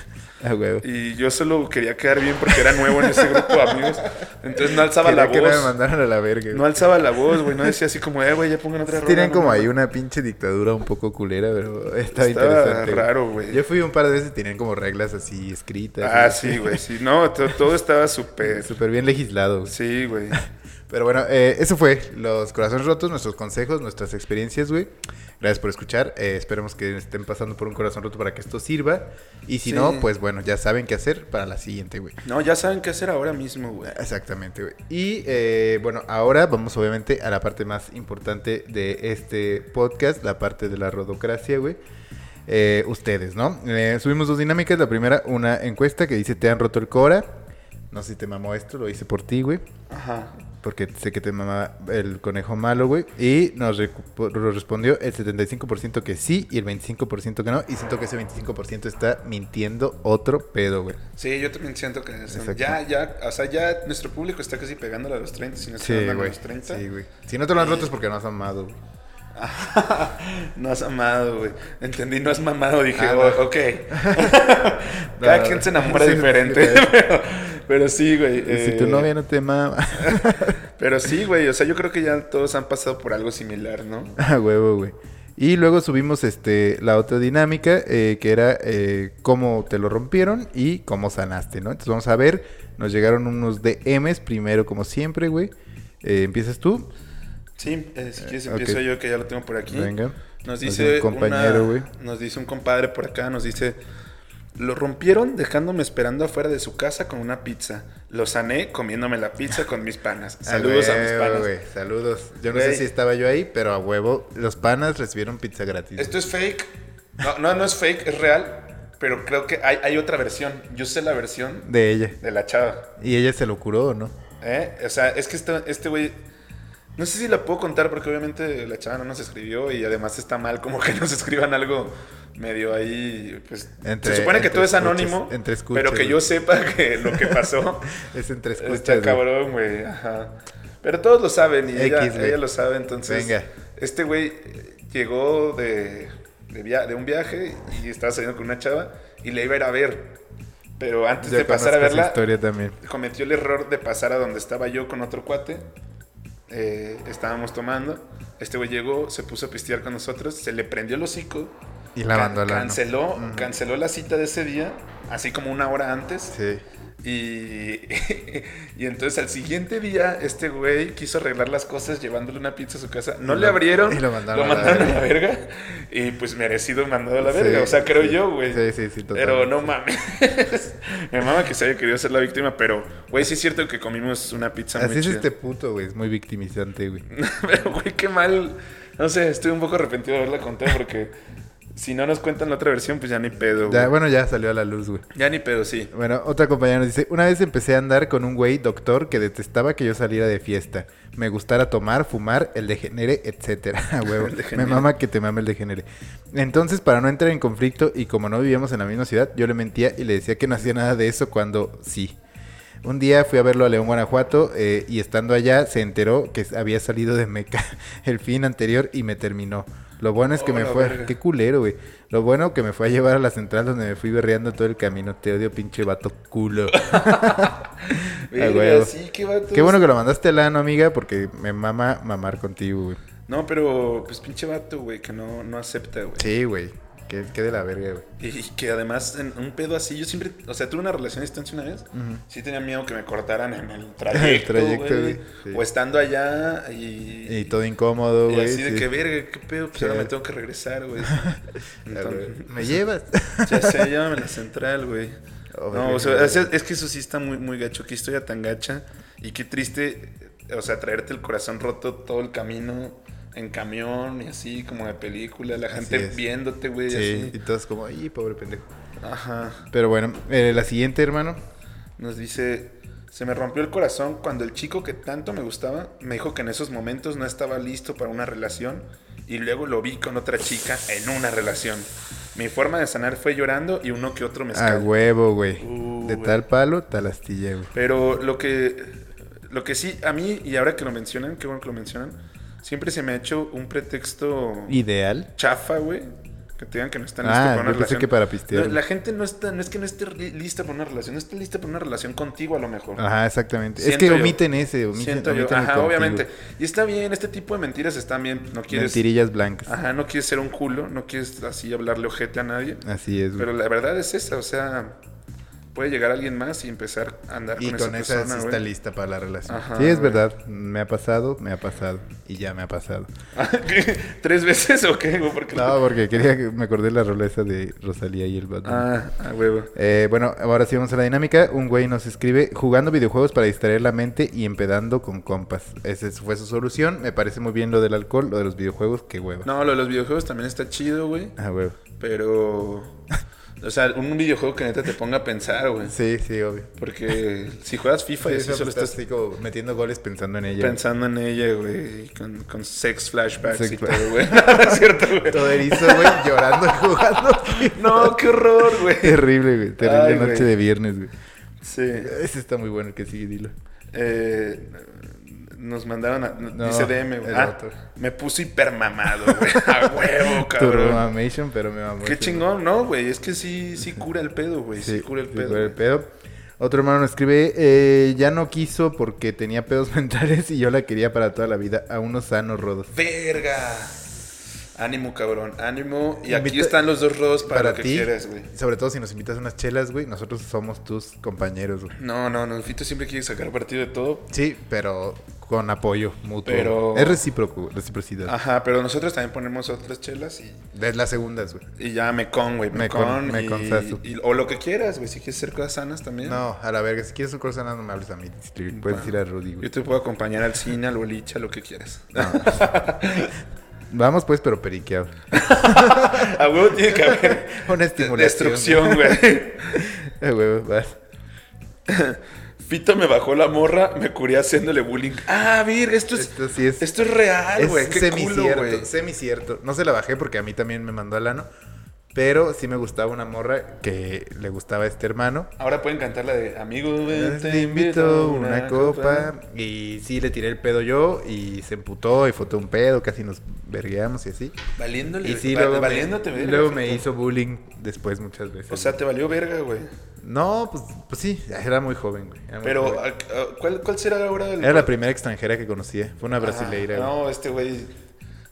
Ah, huevo. Y yo solo quería quedar bien porque era nuevo en ese grupo de amigos. Entonces no alzaba Quería la que no me voz. mandaran a la verga. güey. No alzaba la voz, güey. No decía así como, eh, güey, ya pongan otra rola. Tienen no como mames". ahí una pinche dictadura un poco culera, pero Estaba estaba, interesante. güey. raro, güey. Yo fui un par de veces y tenían como reglas así escritas. Ah, y- sí, güey, sí. No, to- todo estaba súper. Súper bien legislado. güey. Sí, güey. Pero bueno, eh, eso fue Los Corazones Rotos, nuestros consejos, nuestras experiencias, güey. Gracias por escuchar. Eh, esperemos que estén pasando por un corazón roto para que esto sirva. Y si Sí. no, pues bueno, ya saben qué hacer para la siguiente, güey. No, ya saben qué hacer ahora mismo, güey. Exactamente, güey. Y eh, bueno, ahora vamos obviamente a la parte más importante de este podcast, la parte de la rodocracia, güey. Eh, ustedes, ¿no? Eh, subimos dos dinámicas. La primera, una encuesta que dice, ¿te han roto el cora? No sé si te mamó esto, lo hice por ti, güey. Ajá. Porque sé que te mamaba el conejo malo, güey. Y nos, recu- nos respondió el 75% que sí y el 25% que no. Y siento que ese 25% está mintiendo otro pedo, güey. Sí, yo también siento que es- Exacto. ya, ya, o sea, ya nuestro público está casi pegándole a los 30, si no está Sí, dando a güey. los 30. Sí, güey. Si no te lo han roto es porque no has amado, güey. no has amado, güey. Entendí, no has mamado, dije, Ah, "Oh, no. ok. Cada No, quien no. se enamora Sí, diferente. sí, pero, pero sí, güey. Si tu eh, novia no te mama. Pero sí, güey. O sea, yo creo que ya todos han pasado por algo similar, ¿no? ah, huevo, güey. Y luego subimos este la otra dinámica eh, que era eh, cómo te lo rompieron y cómo sanaste, ¿no? Entonces vamos a ver, nos llegaron unos DMs primero como siempre, güey. Eh, ¿Empiezas tú? Sí, eh, si quieres Eh, empiezo ok. yo, que ya lo tengo por aquí. Venga. Nos dio dice un compañero, una- güey. Nos dice un compadre por acá, nos dice. Lo rompieron dejándome esperando afuera de su casa con una pizza. Lo sané comiéndome la pizza con mis panas. Saludos Ah, a mis huevo, panas. güey, Saludos. Yo no Güey. sé si estaba yo ahí, pero a huevo, los panas recibieron pizza gratis. Esto es fake. No, no, no es fake, es real. Pero creo que hay, hay otra versión. Yo sé la versión De ella. de la chava. Y ella se lo curó, ¿no? ¿eh? O sea, es que esta- este güey. no sé si la puedo contar porque obviamente la chava no nos escribió y además está mal como que nos escriban algo medio ahí. Pues, Entre- se supone que entre todo es escuchas- anónimo, entre escuchas, pero que yo güey. sepa que lo que pasó Es entre escuchas. está güey. cabrón, güey. Ajá. Pero todos lo saben y X, ella, güey. ella lo sabe, entonces. Venga. Este güey eh, llegó de, de, via- de un viaje y estaba saliendo con una chava y le iba a ir a ver. Pero antes Yo de pasar a conozco esa verla, historia también. cometió el error de pasar a donde estaba yo con otro cuate. Eh, estábamos tomando. Este güey llegó, se puso a pistear con nosotros, se le prendió el hocico. Y la Mm. can- abandonó. Canceló, Ujú. canceló la cita de ese día, así como una hora antes. Sí. Y, y entonces al siguiente día, este güey quiso arreglar las cosas llevándole una pizza a su casa. No Y le lo- abrieron. y lo mandaron a la a la verga. Y pues merecido mandado a la Sí, verga. o sea, creo sí. yo, güey. Sí, sí, sí, Pero totalmente. no mames. Me mama que se haya querido ser la víctima, pero, güey, sí es cierto que comimos una pizza Así muy es chida. este puto, güey. Es muy victimizante, güey. pero, güey, qué mal. No sé, estoy un poco arrepentido de haberla contado porque si no nos cuentan la otra versión, pues ya ni pedo, Ya, güey. bueno, ya salió a la luz, güey. Ya ni pedo, sí. Bueno, otra compañera nos dice, una vez empecé a andar con un güey doctor que detestaba que yo saliera de fiesta. Me gustara tomar, fumar, el degenere, etcétera. A huevo. El degenere. Me mama que te mame el degenere. Entonces, para no entrar en conflicto y como no vivíamos en la misma ciudad, yo le mentía y le decía que no hacía nada de eso cuando sí. Un día fui a verlo a León, Guanajuato, eh, y estando allá se enteró que había salido de Meca el fin anterior y me terminó. Lo bueno es que Oh, me la fue... verga. Qué culero, güey. Lo bueno que me fue a llevar a la central donde me fui berreando todo el camino. Te odio, pinche vato culo. Verga, huevo. sí, qué vatos. Ah, Qué bueno que lo mandaste al ano, amiga, porque me mama mamar contigo, güey. No, pero pues pinche vato, güey, que no, no acepta, güey. Sí, güey. Qué, qué de la verga, güey. Y que además en un pedo así, yo siempre, o sea, tuve una relación a distancia una vez, sí tenía miedo que me cortaran en el trayecto, trayecto, güey, güey, sí. o estando allá y, Y todo incómodo, y güey. así de sí. que verga, qué pedo, pues Sí. ahora me tengo que regresar, güey. Ah, güey. Entonces, ¿Me llevas? ya sé, llámame a la central, güey. Oh, no, verga, o sea, güey. es, es que eso sí está muy, muy gacho, qué historia tan gacha y qué triste, o sea, traerte el corazón roto todo el camino. En camión y así, como de película, la Así gente es. viéndote, güey. sí. Y así. todos como, ¡y pobre pendejo! Ajá. Pero bueno, eh, la siguiente, hermano. Nos dice, Se me rompió el corazón cuando el chico que tanto me gustaba me dijo que en esos momentos no estaba listo para una relación y luego lo vi con otra chica en una relación. Mi forma de sanar fue llorando y uno que otro me A huevo, Ah, güey. Uh, de güey. tal palo, tal astilla, güey. Pero lo que, lo que sí, a mí, y ahora que lo mencionan, qué bueno que lo mencionan, siempre se me ha hecho un pretexto Ideal. chafa, güey. Que te digan que no están Ah, listos para una yo pensé relación. que para pistear. No, la gente no está, no es que no esté li- lista para una relación, no está lista para una relación contigo a lo mejor. Ajá, exactamente. es Siento que yo. omiten ese, omiten, Siento yo. omiten el Ajá, contigo. obviamente. Y está bien, este tipo de mentiras están bien. No quieres. Mentirillas blancas. Ajá, no quieres ser un culo, no quieres así hablarle ojete a nadie. Así es, güey. Pero la verdad es esa, o sea, puede llegar alguien más y empezar a andar Y con, con esa esa persona, sí güey. está lista para la relación. Ajá, sí, es güey. verdad. Me ha pasado, me ha pasado. Y ya me ha pasado. ¿Qué? ¿Tres veces o qué? güey? Porque No, porque quería que me acordé la rola esa de Rosalía y el Batman. Ah, a huevo. Eh, bueno, ahora sí vamos a la dinámica. Un güey nos escribe jugando videojuegos para distraer la mente y empedando con compas. Esa es- fue su solución. Me parece muy bien lo del alcohol, lo de los videojuegos, qué hueva. No, lo de los videojuegos también está chido, güey. Ah, huevo. Pero. O sea, un videojuego que neta te ponga a pensar, güey. Sí, sí, obvio. Porque si juegas FIFA y Sí, así solo solo estás estás así como metiendo goles pensando en ella. pensando en ella, güey. Con, con sex flashbacks Sex y flash- todo, güey. No, no es cierto, güey. Todo erizo, güey, llorando y jugando. No, qué horror, güey. Terrible, güey. Terrible Ay, güey. noche de viernes, güey. Sí. Ese está muy bueno el que sigue, dilo. Eh, nos mandaron a. No, dice DM, güey. el Ah, otro. me puse hipermamado, güey. A huevo, cabrón. Turboamation, pero me mamó. Qué ese, chingón, ¿no, güey? Es que sí, sí cura el pedo, güey. Sí, Sí, cura el sí, pedo. cura el güey. pedo. Otro hermano nos escribe, eh, ya no quiso porque tenía pedos mentales y yo la quería para toda la vida, a unos sanos rodos. ¡Verga! Ánimo, cabrón. Ánimo. Y Invita- aquí están los dos rodos para, Para, lo que ti, quieras, güey. sobre todo si nos invitas a unas chelas, güey, nosotros somos tus compañeros, güey. No, no, no. El Fito siempre quiere sacar partido de todo. Sí, pero con apoyo mutuo. Pero- Ah. Es recíproco, reciprocidad. Ajá, pero nosotros también ponemos otras chelas y, Es las segundas, güey. y ya me con, güey. Me Mecón, con. y- mecón, sasu. y- O lo que quieras, güey. Si quieres hacer cosas sanas también. No, a la verga, si quieres un cosa no me hables a mí, te- puedes Va. ir a Rudy, güey. Yo te puedo acompañar al cine, al boliche, a lo que quieras. Vamos pues, pero periqueado. A huevo tiene que haber Una estimulación. destrucción, güey. güey. Eh, güey, vas. Fito me bajó la morra, me curé haciéndole bullying. Ah, vir, esto es, Esto sí es... esto es real, Es güey. Qué culo, semicierto, güey. semicierto. No se la bajé porque a mí también me mandó al ano. Pero sí me gustaba una morra que le gustaba a este hermano. Ahora pueden cantar la de Amigo, güey, Te invito una copa. Y sí, le tiré el pedo yo. Y se emputó y fue todo un pedo. Casi nos vergueamos y así. Valiéndole, Y sí, va- luego, valiéndote, me, verga, luego Fito. me hizo bullying después muchas veces. O sea, te valió verga, güey. no, pues, pues sí, era muy joven, güey. era muy Pero, ah, joven. ¿a- a- ¿cuál, cuál será ahora el...? Era la primera extranjera que conocía. Fue una brasileira. Ah, güey. no, este güey...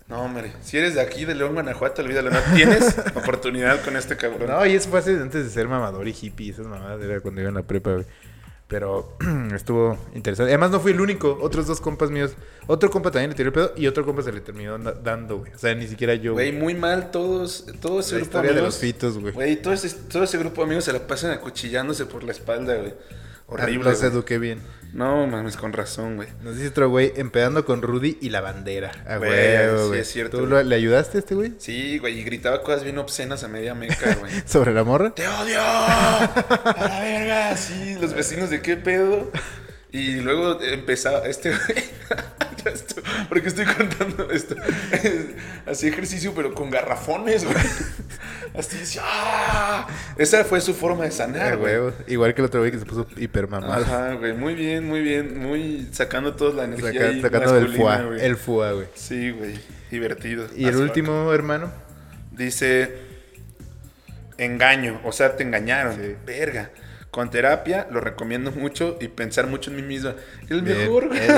No, hombre. Si eres de aquí, de León, Guanajuato, olvídalo. No tienes oportunidad con este cabrón. No, y eso fue hace- antes de ser mamador y hippie. Esas mamadas era cuando iba en la prepa, güey. Pero estuvo interesante. Además, no fui el único. Otros dos compas míos. Otro compa también le tiró el pedo y otro compa se le terminó na- dando, güey. O sea, ni siquiera yo. Güey, Güey, muy mal todos, todo ese la grupo historia de amigos- los fitos, güey. Güey, todo ese, todo ese grupo de amigos se la pasan acuchillándose por la espalda, güey. Horrible. Los güey. eduqué bien. No mames, con razón, güey. Nos dice otro güey empedando con Rudy y la bandera. Ah, Güey, güey, sí güey. es cierto, ¿Tú güey. lo- le ayudaste a este güey? Sí, güey, y gritaba cosas bien obscenas a media meca, güey. ¿Sobre la morra? ¡Te odio! ¡A la verga! Sí, los vecinos de qué pedo. Y luego empezaba este güey. ya estoy- Porque estoy contando esto. Hacía ejercicio, pero con garrafones, güey. Así dice, ¡ah! Esa fue su forma de Ah, sanar, güey. güey. Igual que el otro güey que se puso hiper mamado. Ajá, güey. Muy bien, muy bien. Muy sacando toda la energía. Saca- ahí sacando del masculina, fuá. güey. El fuá, güey. Sí, güey. Divertido. Y el As fuck. último, hermano. Dice, engaño, o sea, te engañaron. Sí. Verga. Con terapia lo recomiendo mucho y pensar mucho en mí misma. El Bien. mejor. güey. El,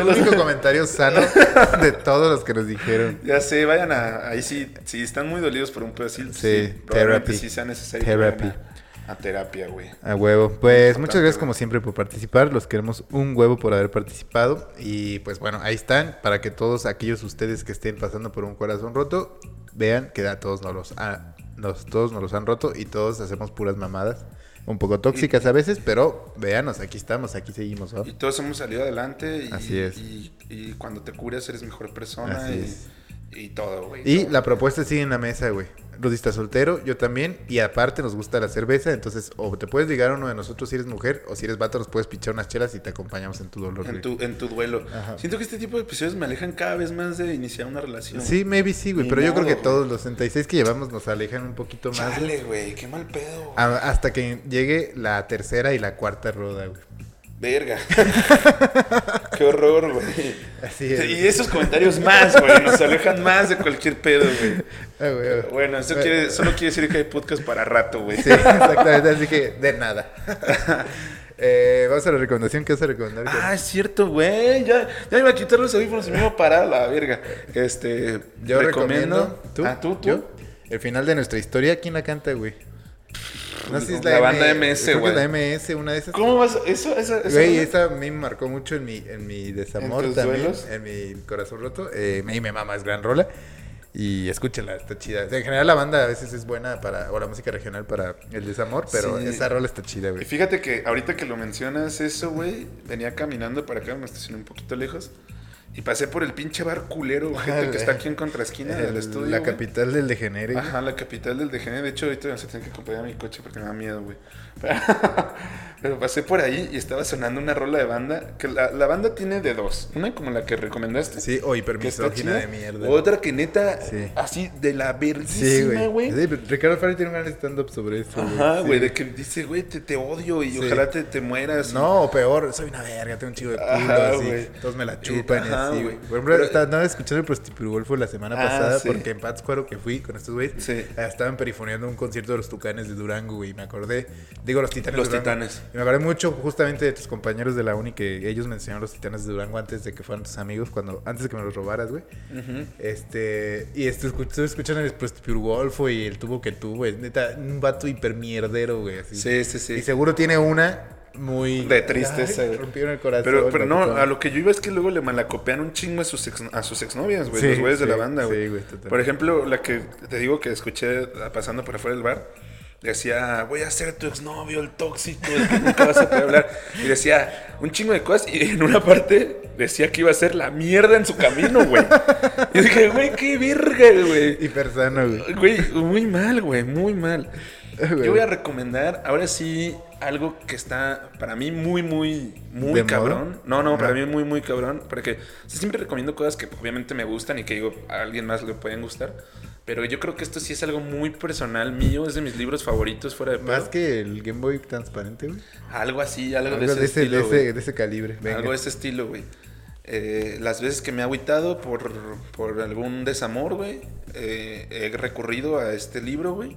el único comentario sano de todos los que nos dijeron. Ya sé, vayan a... Ahí sí, si están muy dolidos por un pedo así, sí, Sí, probablemente therapy. sí sea necesario. que Therapy. vayan A, a terapia, güey. A huevo. Pues Importante, muchas gracias güey. como siempre por participar. Los queremos un huevo por haber participado. Y pues bueno, ahí están. Para que todos aquellos ustedes que estén pasando por un corazón roto, vean que a todos nos los, ha- nos, todos nos los han roto y todos hacemos puras mamadas. Un poco tóxicas a veces, pero véanos, aquí estamos, aquí seguimos. ¿no? Y todos hemos salido adelante y, Así es. y, y cuando te curas eres mejor persona Así y, es. y todo, güey. Y todo. la propuesta sigue en la mesa, güey. Rudista soltero, yo también. Y aparte nos gusta la cerveza. Entonces, o te puedes ligar a uno de nosotros si eres mujer, o si eres vato, nos puedes pichar unas chelas y te acompañamos en tu dolor. En güey. tu, en tu duelo. Ajá. Siento que este tipo de episodios me alejan cada vez más de iniciar una relación. Sí, maybe sí, güey. Ni Pero yo creo modo, que güey. todos los 66 que llevamos nos alejan un poquito más. güey. Chale, güey, qué mal pedo. güey. A- hasta que llegue la tercera y la cuarta rueda, güey. Verga. qué horror, güey. Así es. Y esos comentarios más, güey, nos alejan más de cualquier pedo, güey. Ah, güey, güey. Bueno, eso Bueno. quiere, solo quiere decir que hay podcast para rato, güey. Sí, exactamente. Así que, de nada. Eh, vamos a la recomendación. ¿Qué vas a recomendar? Ah, es cierto, güey. Ya, ya me iba a quitar los audífonos y me iba a parar a la verga. Este, Yo recomiendo. ¿Tú? Ah, tú, tú. ¿Yo? El final de nuestra historia, ¿quién la canta, güey? La banda MS, creo que es güey. la MS, una de esas. ¿Cómo vas? Eso, eso, eso. Güey, esa a mí me marcó mucho en mi, en mi desamor ¿En tus también, duelos? en mi corazón roto. Eh, y me mama, es gran rola. Y escúchenla, está chida. En general la banda a veces es buena para, o la música regional para el desamor, pero Sí. esa rola está chida, Y güey. fíjate que ahorita que lo mencionas eso, güey, venía caminando para acá, me estacioné un poquito lejos. Y pasé por el pinche bar culero, gente, güey. que está aquí en contraesquina del El- estudio. la güey. capital del degenere. güey. Ajá, la capital del DGN. De hecho, ahorita se tiene que acompañar a mi coche porque me da miedo, güey. Pero pasé por ahí y estaba sonando una rola de banda. Que la, la banda tiene de dos. Una como la que recomendaste. Sí, o que está hipermisógina chida. de mierda. Otra que neta, Sí. así de la Sí, verguísima, güey. güey. Sí, pero Ricardo Farri tiene un gran stand-up sobre eso. Ajá, Sí. güey, de que dice, güey, te, te odio y Sí. ojalá te, te mueras. No, o peor, soy una verga, tengo un chivo de culo, Ajá, así. güey. Todos me la chupan y Ajá, así, güey. güey. Por ejemplo, Pero- estaba, andaba escuchando el Prostipirulfo la semana Ah, pasada, sí. porque en Pátzcuaro que fui con estos güeyes, Sí. eh, estaban perifoneando un concierto de los Tucanes de Durango, güey. y Me acordé, digo, los Titanes Los de Durango. Titanes. Y me acordé mucho justamente de tus compañeros de la uni que ellos me enseñaron los Titanes de Durango antes de que fueran tus amigos, cuando antes de que me los robaras, güey. Ujú. Este, y este, escu- estuve escuchando el Prostipirulfo y el tubo que tuvo, güey. Neta, un vato hipermierdero, güey. así. Sí, sí, sí. Y seguro tiene una muy... De tristeza, Ay, güey. Rompieron el corazón. Pero, pero no, papito. a lo que yo iba es que luego le malacopean un chingo a sus, ex- a sus exnovias, güey, Sí, los güeyes sí, de la banda, güey. sí, güey, totalmente. por ejemplo, la que te digo que escuché pasando por afuera del bar, decía, voy a ser tu exnovio, el tóxico, el que nunca vas a poder hablar. Y decía un chingo de cosas y en una parte decía que iba a ser la mierda en su camino, güey. Y dije, güey, qué verga, güey. Hipersano, güey. Güey, muy mal, güey, muy mal. Güey. Yo voy a recomendar ahora sí algo que está para mí muy, muy, muy ¿De cabrón. moda? No, no, para Ah. mí muy, muy cabrón. Porque sí, siempre recomiendo cosas que obviamente me gustan y que digo a alguien más le pueden gustar. Pero yo creo que esto sí es algo muy personal mío. Es de mis libros favoritos fuera de pedo. Más que el Game Boy transparente, güey. Algo así, algo, Algo de ese, estilo, de, güey. ese, de ese calibre. Venga. Algo de ese estilo, güey. Eh, las veces que me he agüitado por, por algún desamor, güey, eh, he recurrido a este libro, güey.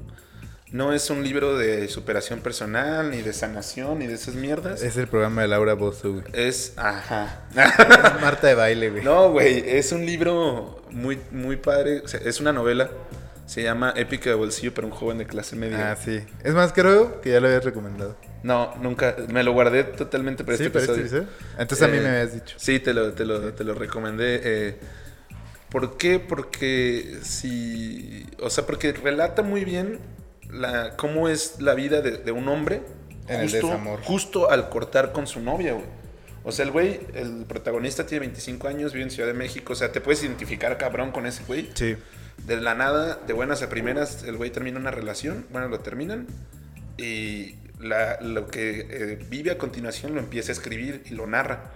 No es un libro de superación personal, ni de sanación, ni de esas mierdas. Es, Es el programa de Laura Bozo, güey. ajá. Es Marta de baile, güey. no, güey, es un libro muy, muy padre. O sea, es una novela. Se llama Épica de bolsillo para un joven de clase media. Ah, sí. Es más, creo que ya lo habías recomendado. No, nunca. Me lo guardé totalmente para sí, este pero este episodio. episodio. Entonces a mí Eh, me habías dicho. Sí, te lo, te lo, te lo recomendé. eh, ¿Por qué? Porque si. O sea, porque relata muy bien la, cómo es la vida de, de un hombre En el desamor. justo al cortar con su novia, güey. O sea, el güey, el protagonista tiene 25 años, vive en Ciudad de México. O sea, te puedes identificar cabrón con ese güey. Sí. De la nada, de buenas a primeras, el güey termina una relación, bueno, lo terminan y la- lo que eh, vive a continuación lo empieza a escribir y lo narra.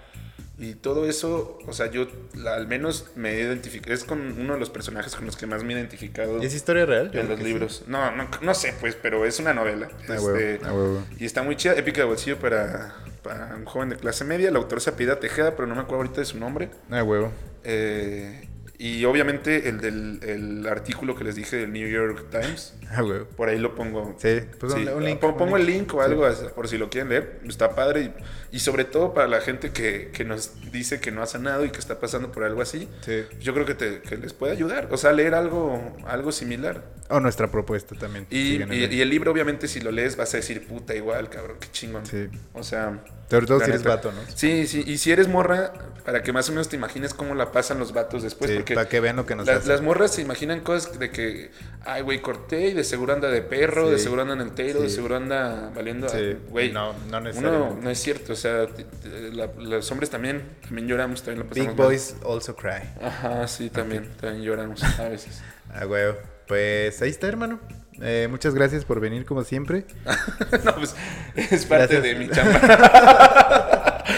Y todo eso, o sea, yo la- al menos me he identificado, es con uno de los personajes con los que más me he identificado ¿Es historia real? Yo en creo los que libros. No, no, no sé, pues, pero es una novela. Sí. Ah, Este, huevo, ah, huevo. y está muy chida, épica de bolsillo para, para un joven de clase media. El autor se apida Tejeda, pero no me acuerdo ahorita de su nombre. Ah, huevo. Eh, y obviamente el del el artículo que les dije del New York Times, Ah, huevo. por ahí lo pongo. Sí. Pues Sí, un, un link. pon- un pongo el link o algo así, por si lo quieren leer, está padre y, y sobre todo para la gente que, que nos dice que no ha sanado y que está pasando por algo así, Sí. yo creo que, te- que les puede ayudar, o sea, leer algo, algo similar. O nuestra propuesta también. Y, Sigan y- el- y el libro obviamente si lo lees vas a decir, puta igual, cabrón, qué chingón. Sí. O sea... Sobre todo la si eres neta. vato, ¿no? Sí, sí, y si eres morra, para que más o menos te imagines cómo la pasan los vatos después, Sí, pues, porque para que vean lo que nos las, hacen. las morras se imaginan cosas de que, ay, güey, corté y de seguro anda de perro, de Sí, seguro anda en entero, de sí. seguro anda valiendo. a- Sí, Güey, no, no uno necesariamente. no es cierto, o sea, t- t- la- los hombres también, también lloramos, Pues, también lo pasamos. Big mal. boys also cry. Ajá, sí, también, también lloramos a veces. Ah, huevo. Pues ahí está, hermano. Eh, muchas gracias por venir como siempre. no, pues es parte Gracias. de mi chamba.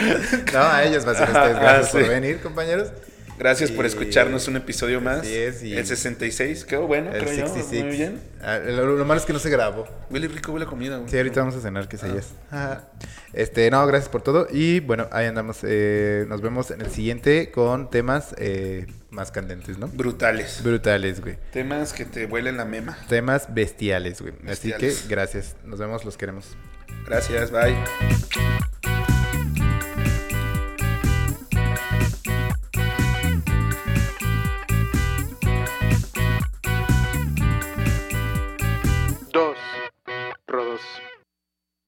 No, a ellos más bien a ustedes. Ah, Gracias sí. por venir, compañeros. Gracias por Y- escucharnos un episodio más. Así es, y- El 66, quedó bueno, El creo yo, 66. Muy bien. Ah, lo, lo malo es que no se grabó. Huele rico, huele a comida, güey. Sí, ahorita vamos a cenar, Ah. quesadillas. Este, no, gracias por todo. Y bueno, ahí andamos. Eh, nos vemos en el siguiente con temas eh, más candentes, ¿no? Brutales. Brutales, güey. Temas que te vuelen la mema. Temas bestiales, güey. Así que Bestiales. gracias. Nos vemos, los queremos. Gracias, bye.